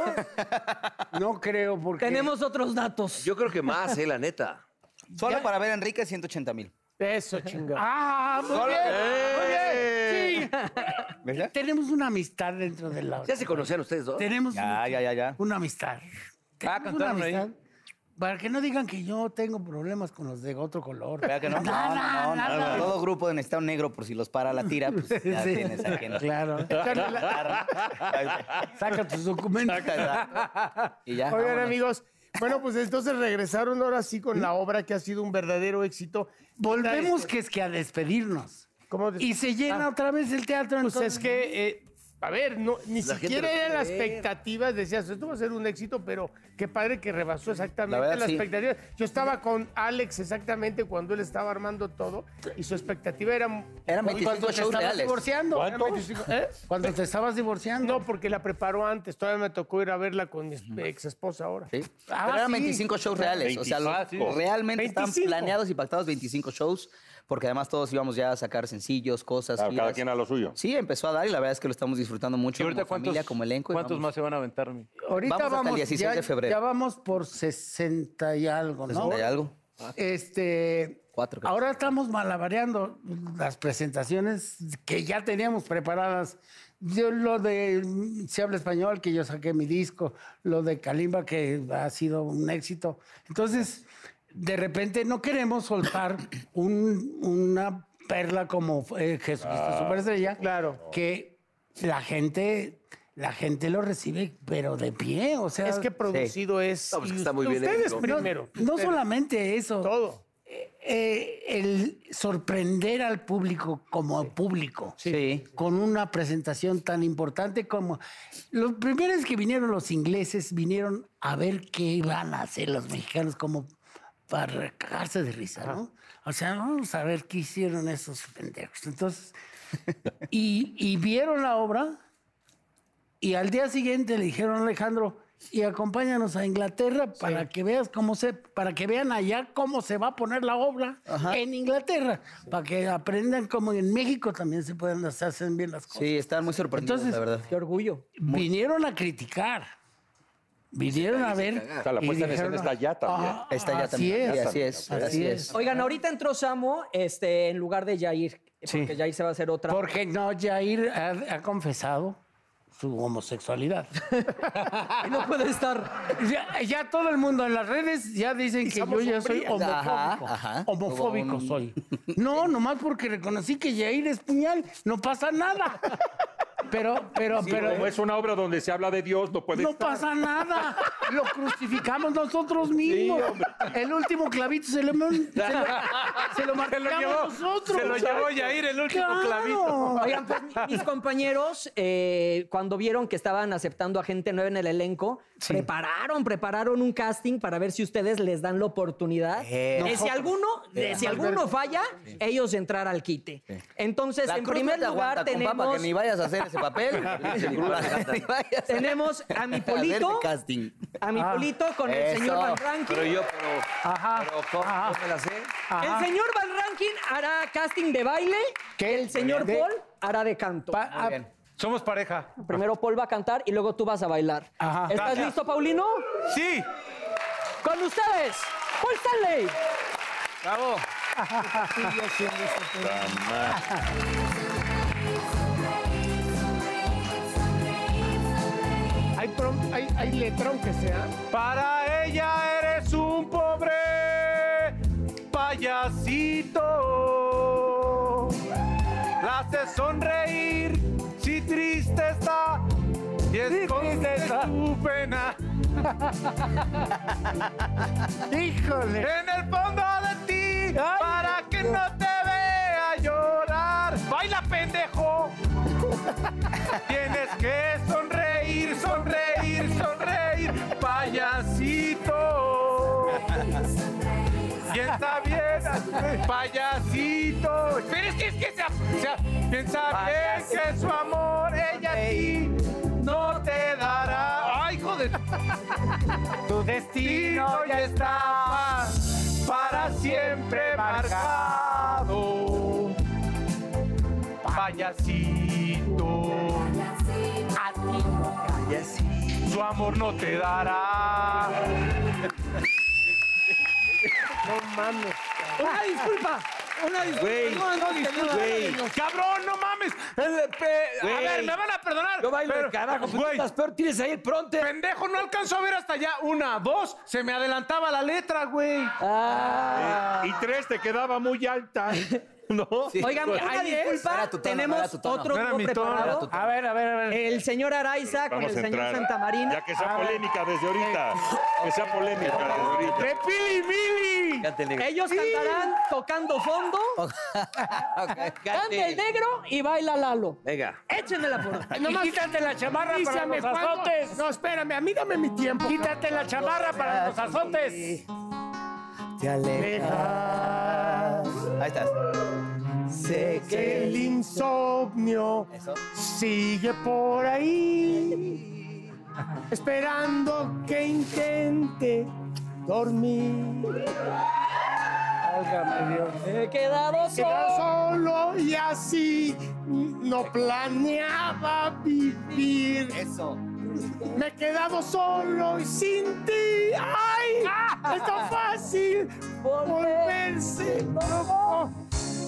S10: No creo porque...
S5: Tenemos otros datos.
S2: Yo creo que más, eh, la neta.
S13: Solo para ver a Enrique, 180 mil.
S10: Eso, chingado. Ah, muy bien, muy bien. Sí. Tenemos una amistad dentro de la...
S2: ¿Ya se conocían ustedes dos?
S10: Tenemos
S13: Ya,
S10: un-
S13: ya, ya, ya.
S10: una amistad.
S13: Ah,
S10: Tenemos
S13: cantaron
S10: una
S13: ahí.
S10: amistad. Para que no digan que yo tengo problemas con los de otro color.
S13: ¿Verdad que no? No, no, no, no, no. Todo grupo necesita un negro por si los para la tira, pues ya
S10: Sí.
S13: tienes a quien.
S10: Claro. Saca tus documentos.
S13: Y ya.
S1: Oigan,
S13: vámonos.
S1: amigos. Bueno, pues entonces regresaron ahora sí con la obra que ha sido un verdadero éxito.
S10: Volvemos que es que a despedirnos.
S1: ¿Cómo de-
S10: Y se
S13: Ah.
S10: llena otra vez el teatro.
S1: Pues
S10: entonces-
S1: es que, eh, a ver, no, ni
S2: La gente
S1: siquiera
S2: lo quiere
S1: era la
S2: ver.
S1: expectativa, decías, esto va a ser un éxito, pero qué padre que rebasó exactamente
S13: La
S1: la,
S13: verdad, sí.
S1: expectativa. Yo estaba con Alex exactamente cuando él estaba armando todo y su expectativa era...
S13: Eran
S1: Cuando
S13: 25
S1: te
S13: shows
S1: estabas
S13: reales.
S1: divorciando. eran
S4: ¿Cuántos?
S1: 25, ¿eh?
S10: Cuando te estabas divorciando.
S1: No, porque la preparó antes, todavía me tocó ir a verla con mi ex esposa ahora.
S13: Sí.
S10: Ah,
S13: Pero eran
S10: sí.
S13: 25 shows reales. O sea, lo-
S4: 25.
S13: realmente estaban
S1: 25.
S13: planeados y pactados 25 shows, porque además todos íbamos ya a sacar sencillos, cosas.
S4: Claro, cada
S13: giras.
S4: quien a lo suyo.
S13: Sí, empezó a dar y la verdad es que lo estamos disfrutando mucho
S3: ¿Y ahorita
S13: como familia,
S3: cuántos,
S13: como elenco. y
S3: cuántos
S13: vamos-
S3: más se van a aventar? mi?
S10: Ahorita
S13: Vamos
S10: vamos,
S13: hasta el 16
S10: ya,
S13: de febrero.
S10: Ya vamos por 60 y algo, ¿no?
S13: ¿Hay algo?
S10: Este,
S13: Cuatro, creo.
S10: ahora estamos malabareando las presentaciones que ya teníamos preparadas. Yo lo de mm, Se habla español, que yo saqué mi disco, lo de Kalimba, que ha sido un éxito. Entonces, de repente no queremos soltar un- una perla como eh, Jesucristo Superestrella. Claro. Que la gente, la gente lo recibe, pero de pie. O sea,
S1: Es que producido es...
S2: No, pues que
S1: y
S2: está muy bien
S1: Ustedes
S2: hecho.
S1: primero.
S10: no solamente eso
S1: Todo.
S10: eh, el sorprender al público como público.
S13: Sí.
S10: Con una presentación tan importante como... Los primeros que vinieron los ingleses vinieron a ver qué iban a hacer los mexicanos como para cagarse de risa, ¿no? O sea, vamos a ver qué hicieron esos pendejos. Entonces, y, y vieron la obra y al día siguiente le dijeron a Alejandro, y acompáñanos a Inglaterra para que veas cómo se, para que vean allá cómo se va a poner la obra en Inglaterra, para que aprendan cómo en México también se pueden se hacen bien las cosas.
S13: Sí, están muy sorprendidos,
S10: Entonces,
S13: la verdad.
S5: Qué orgullo.
S10: Vinieron a criticar, vinieron a ver.
S4: O sea, la
S10: y
S4: puesta en escena
S10: dijeron,
S4: está ya también.
S10: "Ah,
S13: Está ya
S10: así
S13: también.
S10: es,
S13: Sí, así es, así es.
S5: Oigan, ahorita entró Samo este, en lugar de Yair. Porque
S10: Sí.
S5: Yair se va a hacer otra.
S10: Porque no, Jair ha, ha confesado su homosexualidad.
S5: Y no puede estar.
S10: Ya, ya todo el mundo en las redes ya dicen que yo ya soy homofóbico.
S13: Ajá, ajá.
S10: Homofóbico
S13: Como-
S10: soy. No, nomás porque reconocí que Jair es puñal, no pasa nada. Pero, pero,
S4: Sí,
S10: pero.
S4: como es una obra donde se habla de Dios, no
S3: Pues
S4: puede
S10: No
S4: estar.
S10: pasa nada. Lo crucificamos nosotros mismos. el último clavito se lo, se lo, se lo marcamos
S3: llevó-
S10: nosotros.
S3: se lo llevó Yair, el último clavito.
S5: Oigan, pues, mi- mis compañeros, eh, cuando vieron que estaban aceptando a gente nueva en el elenco, prepararon, prepararon un casting para ver si ustedes les dan la oportunidad.
S13: Eh.
S5: de si
S13: Nosotros.
S5: alguno, de
S13: Eh.
S5: si alguno falla, ellos entrar al quite. Entonces,
S13: La
S5: en
S13: cruz
S5: primer
S13: no te
S5: lugar
S13: aguanta, compa,
S5: tenemos.
S13: para que ni vayas a hacer ese papel. Ni vayas a-
S5: tenemos a mi
S13: a ver
S5: polito,
S13: ese casting.
S5: a mi polito con el
S13: Eso.
S5: señor Van Rankin.
S2: Pero yo, pero. Pero, ¿cómo, cómo me la sé? Ah.
S5: El señor Van Rankin hará casting de baile. El señor
S3: bien.
S5: Paul hará de canto.
S3: Ah, Somos pareja.
S5: Primero Paul va a cantar y luego tú vas a bailar. ¿Estás
S3: Gracias.
S5: listo, Paulino?
S3: Sí.
S5: Con ustedes, Paul Stanley.
S2: Bravo.
S1: ¿Hay, prom- hay, hay letra, aunque sea.
S3: Para ella eres un pobre payasito. La haces sonreír si triste está y esconde tu pena.
S10: Híjole.
S3: En el fondo de ti para que no te vea llorar. Baila pendejo. Tienes que sonreír, sonreír, sonreír, payasito. Piensa bien, payasito. Pero es que es que sea, sea- piensa bien que su amor ella a ti no te dará. Ay, hijo de tu destino ya está para siempre marcado. Payasito. Su amor no te dará.
S1: No mames.
S7: Una disculpa. Una disculpa.
S2: Güey,
S7: No, no,
S2: güey.
S3: ¡Cabrón, no mames! El- pe- A
S2: Güey.
S3: ver, me van a perdonar.
S2: Yo bailo
S3: pero-
S2: el carajo, pero tú
S3: güey.
S2: estás peor, tienes ahí el pronto.
S3: Pendejo, no alcanzó a ver hasta allá. Una, dos, se me adelantaba la letra, güey.
S2: Ah.
S4: Eh, Y tres te quedaba muy alta. ¿No?
S5: Oigan,
S4: pues.
S5: una pues. disculpa.
S13: Era tu tono, era
S5: Tenemos
S13: tu tono.
S5: otro
S13: No era
S5: grupo
S13: mi tono. Era
S5: preparado.
S13: tu tono.
S10: A ver, a ver, a ver.
S5: El señor Araiza con el
S4: Vamos a
S5: señor
S4: entrar.
S5: Santamarina.
S4: Ya que sea polémica desde ahorita. Que sea polémica desde ahorita.
S1: ¡Repili, mili!
S13: Cántele.
S5: Ellos cantarán tocando fondo. Canta el negro y baila Lalo.
S2: Venga.
S5: Échenme la porra.
S1: Ay, nomás-
S10: Quítate la chamarra para
S1: Avísame
S10: los
S1: cuándo-
S10: azotes.
S1: No, espérame, a mí dame mi tiempo.
S10: Quítate la chamarra para los azotes.
S13: Te alejas. Ahí estás.
S1: Sé que el insomnio
S13: Eso.
S1: sigue por ahí, esperando que intente dormir.
S5: He quedado
S1: Quedar
S5: solo.
S1: solo y así no planeaba vivir.
S13: Eso.
S1: Me he quedado solo y sin ti. ¡Ay! Es tan fácil volverse loco.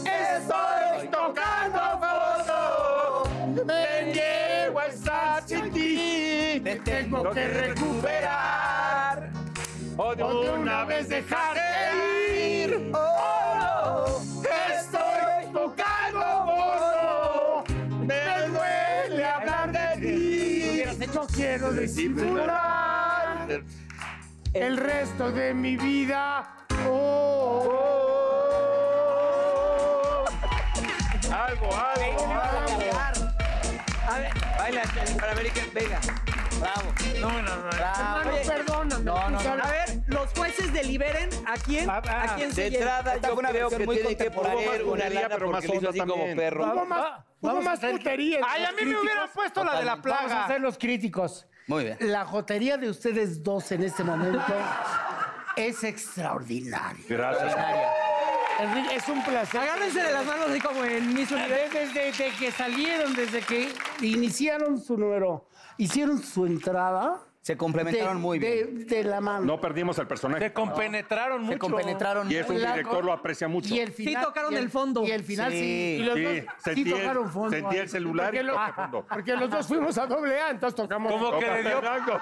S1: Estoy tocando fondo. Me niego a estar sin ti. Me tengo que recuperar. O de una vez dejar de ir. Oh, estoy tocando fondo. Me duele hablar de ti. No quiero disimular el resto de mi vida. Oh,
S4: Algo, algo, algo.
S2: A ver, baila para American, venga.
S13: Bravo.
S1: hermano, perdóname.
S13: No, no, no.
S1: tú sabes.
S5: A ver, los jueces deliberen a quién, a quién
S2: De
S5: se lleva.
S2: entrada,
S13: Esta
S2: yo
S13: fue una
S2: creo
S13: versión
S2: que
S13: muy
S2: tiene que
S13: contemporánea,
S2: poner una
S13: Juliana,
S2: lana
S4: pero más
S2: porque le hizo
S4: honda
S2: así como
S4: también.
S2: perro.
S1: Hubo más, hubo
S10: vamos a
S1: más
S10: hacer-
S1: putería.
S3: Ay, a mí me hubieran puesto la de la
S10: Vamos a
S3: plaga.
S10: ser los críticos.
S13: Muy bien.
S10: La jotería de ustedes dos en este momento es extraordinaria.
S4: Gracias.
S10: Enrique, es un placer.
S5: Agárrense de las manos así como en Miss Universo.
S10: Desde, desde que salieron, desde que iniciaron su número, hicieron su entrada,
S13: Se complementaron
S10: De-
S13: muy bien.
S10: De, de la mano.
S4: No perdimos al personaje. Se
S3: compenetraron
S13: Se compenetraron
S4: Y es un
S13: mucho.
S4: director, lo aprecia mucho.
S10: Y el final,
S5: tocaron
S10: y
S5: el fondo.
S10: Y el final sí.
S4: Sí,
S10: Y los
S4: sí,
S10: dos
S4: sentí el-
S10: tocaron fondo.
S4: sentí el
S10: ahí.
S4: celular y
S1: Porque, lo-
S4: toqué fondo.
S1: porque
S2: Ah.
S1: los dos fuimos a doble A, entonces tocamos.
S4: Como que le dio-
S1: Tocaste blanco.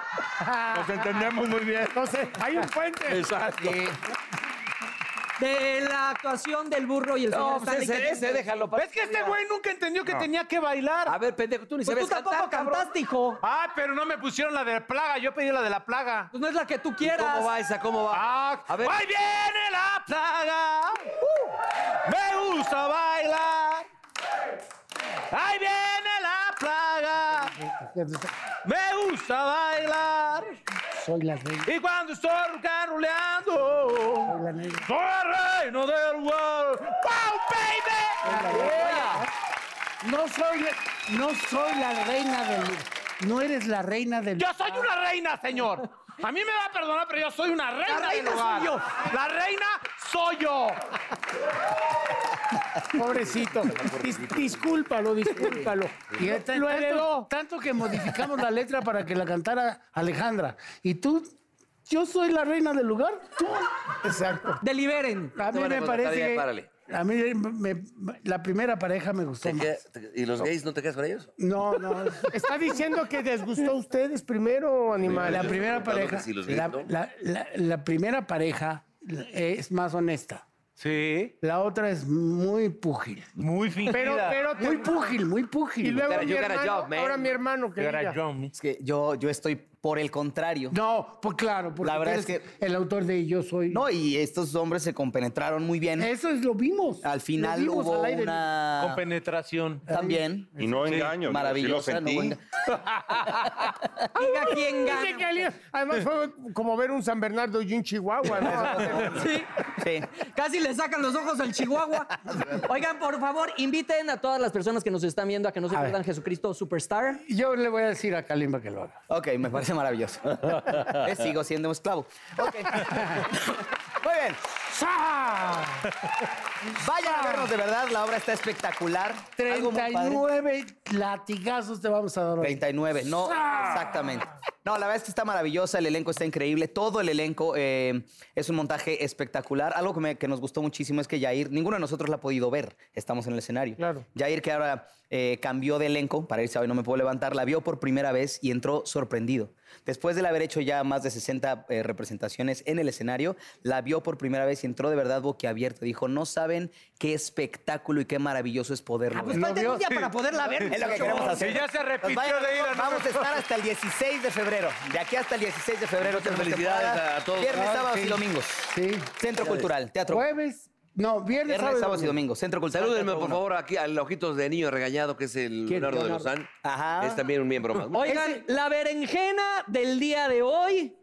S4: Nos entendemos muy bien.
S1: No sé, hay un puente.
S4: Exacto.
S7: De la actuación del burro y el señor
S2: No, pues
S7: Stanley,
S2: ese,
S7: que-
S2: ese, déjalo.
S3: Es que este güey nunca entendió que
S2: No.
S3: tenía que bailar.
S2: A ver, pendejo, tú ni
S7: Pues tú
S2: sabes
S7: tampoco
S2: cantar, cabrón.
S7: cantaste, hijo.
S3: Ah, pero no me pusieron la de la plaga, yo pedí la de la plaga.
S7: Pues no es la que tú quieras.
S2: ¿Cómo va esa? ¿Cómo va?
S3: Ah,
S2: A ver.
S3: ¡Ahí viene la plaga!
S2: Uh.
S3: ¡Me gusta bailar! ¡Ahí viene la plaga! ¡Me gusta bailar!
S10: Soy las reglas.
S3: Y cuando estoy caroleando,
S10: La negra.
S3: soy el reino del world. ¡Wow, baby!
S10: No soy, no soy la reina del. No eres la reina del.
S3: Yo soy una reina, señor. A mí me va a perdonar, pero yo soy una reina.
S7: La reina
S3: del hogar.
S7: soy yo.
S3: La reina soy yo.
S1: Pobrecito. Dis- discúlpalo, discúlpalo.
S10: Y esta-
S1: Lo
S10: tanto,
S1: heredó.
S10: tanto que modificamos la letra para que la cantara Alejandra. Y tú, yo soy la reina del lugar. Tú.
S1: Exacto.
S7: Deliberen.
S10: A mí
S2: van a
S10: me
S2: contratar
S10: parece.
S2: ya,
S10: que-
S2: párale.
S10: a mí me- me- la primera pareja me gustó
S2: ¿Te
S10: más.
S2: queda- te- ¿Y los gays no te quedas con ellos?
S10: No, no. es-
S1: Está diciendo que desgustó a ustedes primero, animal.
S10: La primera
S2: contando que
S10: pareja.
S2: sí los vi,
S10: La,
S2: ¿no?
S10: la- la- la primera pareja eh, es más honesta.
S3: Sí,
S10: La otra es muy púgil.
S3: muy fingida.
S1: Pero, pero te-
S10: Muy púgil, muy
S1: y
S10: púgil.
S1: luego
S2: gotta-
S1: mi
S2: you gotta
S1: hermano,
S2: job, man.
S1: ahora mi hermano que diga.
S13: Es que yo, yo estoy por el contrario.
S10: No, pues claro, porque
S13: La verdad
S10: tú
S13: es
S10: eres el autor de Yo Soy.
S13: No, y estos hombres se compenetraron muy bien.
S10: Eso es lo vimos.
S13: Al final
S10: Lo vimos
S13: hubo
S10: al aire.
S13: una...
S3: penetración.
S13: También.
S4: Y no engaño. digo, sí lo
S13: Maravillosa. no
S4: sentí.
S13: voy
S7: Diga quién
S1: Dice que
S7: gana.
S1: alguien- además fue como ver un San Bernardo y un Chihuahua. ¿no?
S7: Sí.
S13: a- Sí.
S7: Casi le sacan los ojos al Chihuahua. Oigan, por favor, inviten a todas las personas que nos están viendo a que no se
S10: A ver.
S7: pierdan Jesucristo Superstar.
S10: Yo le voy a decir a Kalimba que lo haga.
S13: Ok, me parece maravilloso. Eh, Sigo siendo un esclavo. Ok. Muy bien. Vayan a vernos, de verdad, la obra está espectacular. Algo muy padre.
S10: 39 latigazos te vamos a dar hoy. ¡Ah!
S13: 39, no, exactamente. No, la verdad es que está maravillosa, el elenco está increíble, todo el elenco eh, es un montaje espectacular. Algo que, me- que nos gustó muchísimo es que Jair, ninguno de nosotros la ha podido ver, estamos en el escenario.
S1: Claro.
S13: Jair, que ahora eh, cambió de elenco para irse a Hoy No Me Puedo Levantar, la vio por primera vez y entró sorprendido. Después de haber hecho ya más de 60 eh, representaciones en el escenario, la vio por primera vez y entró de verdad boquiabierto. Dijo, no saben qué espectáculo y qué maravilloso es poderlo ver".
S7: Ah, pues Falta un día para poderla ver.
S13: Es lo que queremos hacer.
S3: Y ya se repitió
S13: Nos vayan-
S3: de ida, ¿no?
S13: Vamos a estar hasta el 16 de febrero. De aquí hasta el 16 de febrero.
S2: Muchas
S13: tenemos
S2: felicidades
S13: temporada.
S2: a todos.
S13: Viernes,
S10: Ah,
S13: sábados
S10: sí.
S13: y domingos.
S10: Sí.
S13: Centro Cultural, Teatro.
S10: Jueves. No, viernes,
S13: Viernes,
S10: sábado
S13: sábados y domingos. Centro Cultural.
S2: Salúdenme,
S13: Teatro
S2: por
S13: Uno.
S2: favor, aquí al Ojitos de Niño Regañado, que es el Leonardo de Lozán.
S13: Ajá.
S2: Es también un miembro más.
S7: Oigan, la berenjena del día de hoy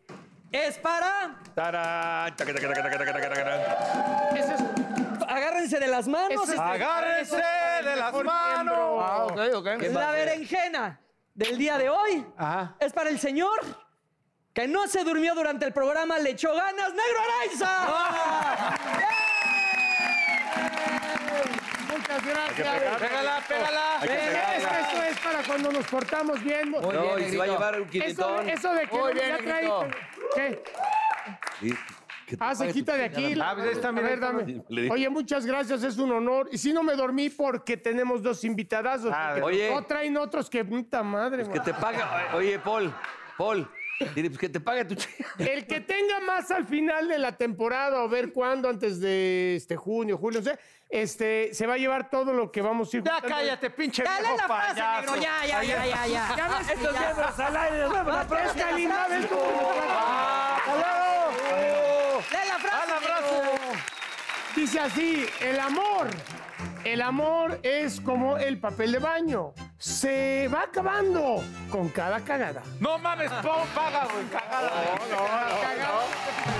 S7: es para.
S4: Tarán, taca, taca, taca, taca, taca, taca, taca.
S1: Ese es-
S7: Agárrense de las manos. este,
S1: Eso es-
S3: Agárrense de las manos.
S7: La berenjena del día de hoy
S10: Ajá.
S7: es para el señor que no se durmió durante el programa, le echó ganas, Negro
S3: ¡Ah!
S7: Araiza.
S1: Muchas
S4: Hay que
S1: gracias.
S4: pegar.
S3: Pégala, pégala.
S4: Hay que
S1: Eh,
S4: pegar.
S1: es que esto es para cuando nos portamos bien.
S13: Muy
S2: No,
S13: bien,
S2: y se va a
S13: Negrito.
S2: llevar un
S1: Eso,
S2: quinitón.
S1: eso de que
S13: Muy
S1: no-
S13: bien,
S1: ya trae-
S13: negrito.
S1: ¿Qué?
S2: Y- que te
S1: Ah, se
S2: pague
S1: quita
S2: tu
S1: de aquí.
S3: Ah, pues esta,
S1: A
S3: mira,
S1: ver,
S3: esta.
S1: dame.
S2: Le dije.
S1: Oye, muchas gracias, es un honor. Y si no me dormí porque tenemos dos invitadazos.
S3: Ah,
S1: porque
S2: oye.
S1: No traen otros que puta madre.
S2: Que
S1: güey.
S2: te pague. Oye, Paul, Paul, dile, pues que te pague tu chica.
S1: El que tenga más al final de la temporada o ver cuándo, antes de este junio, julio, no sé, este, se va a llevar todo lo que vamos a ir
S3: Ya
S1: juntando.
S3: cállate, pinche
S7: Ya lee
S3: viejo
S7: la frase,
S3: payaso.
S7: negro. Ya, ya, ya, ya, ya.
S1: Ya ves que
S7: Estos
S1: ya.
S7: miembros al aire, nos vemos la
S1: Es
S7: próxima.
S1: Kalimba, ¿ves cómo me trata?
S7: Lee la frase.
S3: ¡Al abrazo!
S7: negro.
S1: Dice así, el amor. El amor es como el papel de baño. Se va acabando con cada cagada.
S3: No mames, pon, paga, güey. Cagada.
S1: Cagada.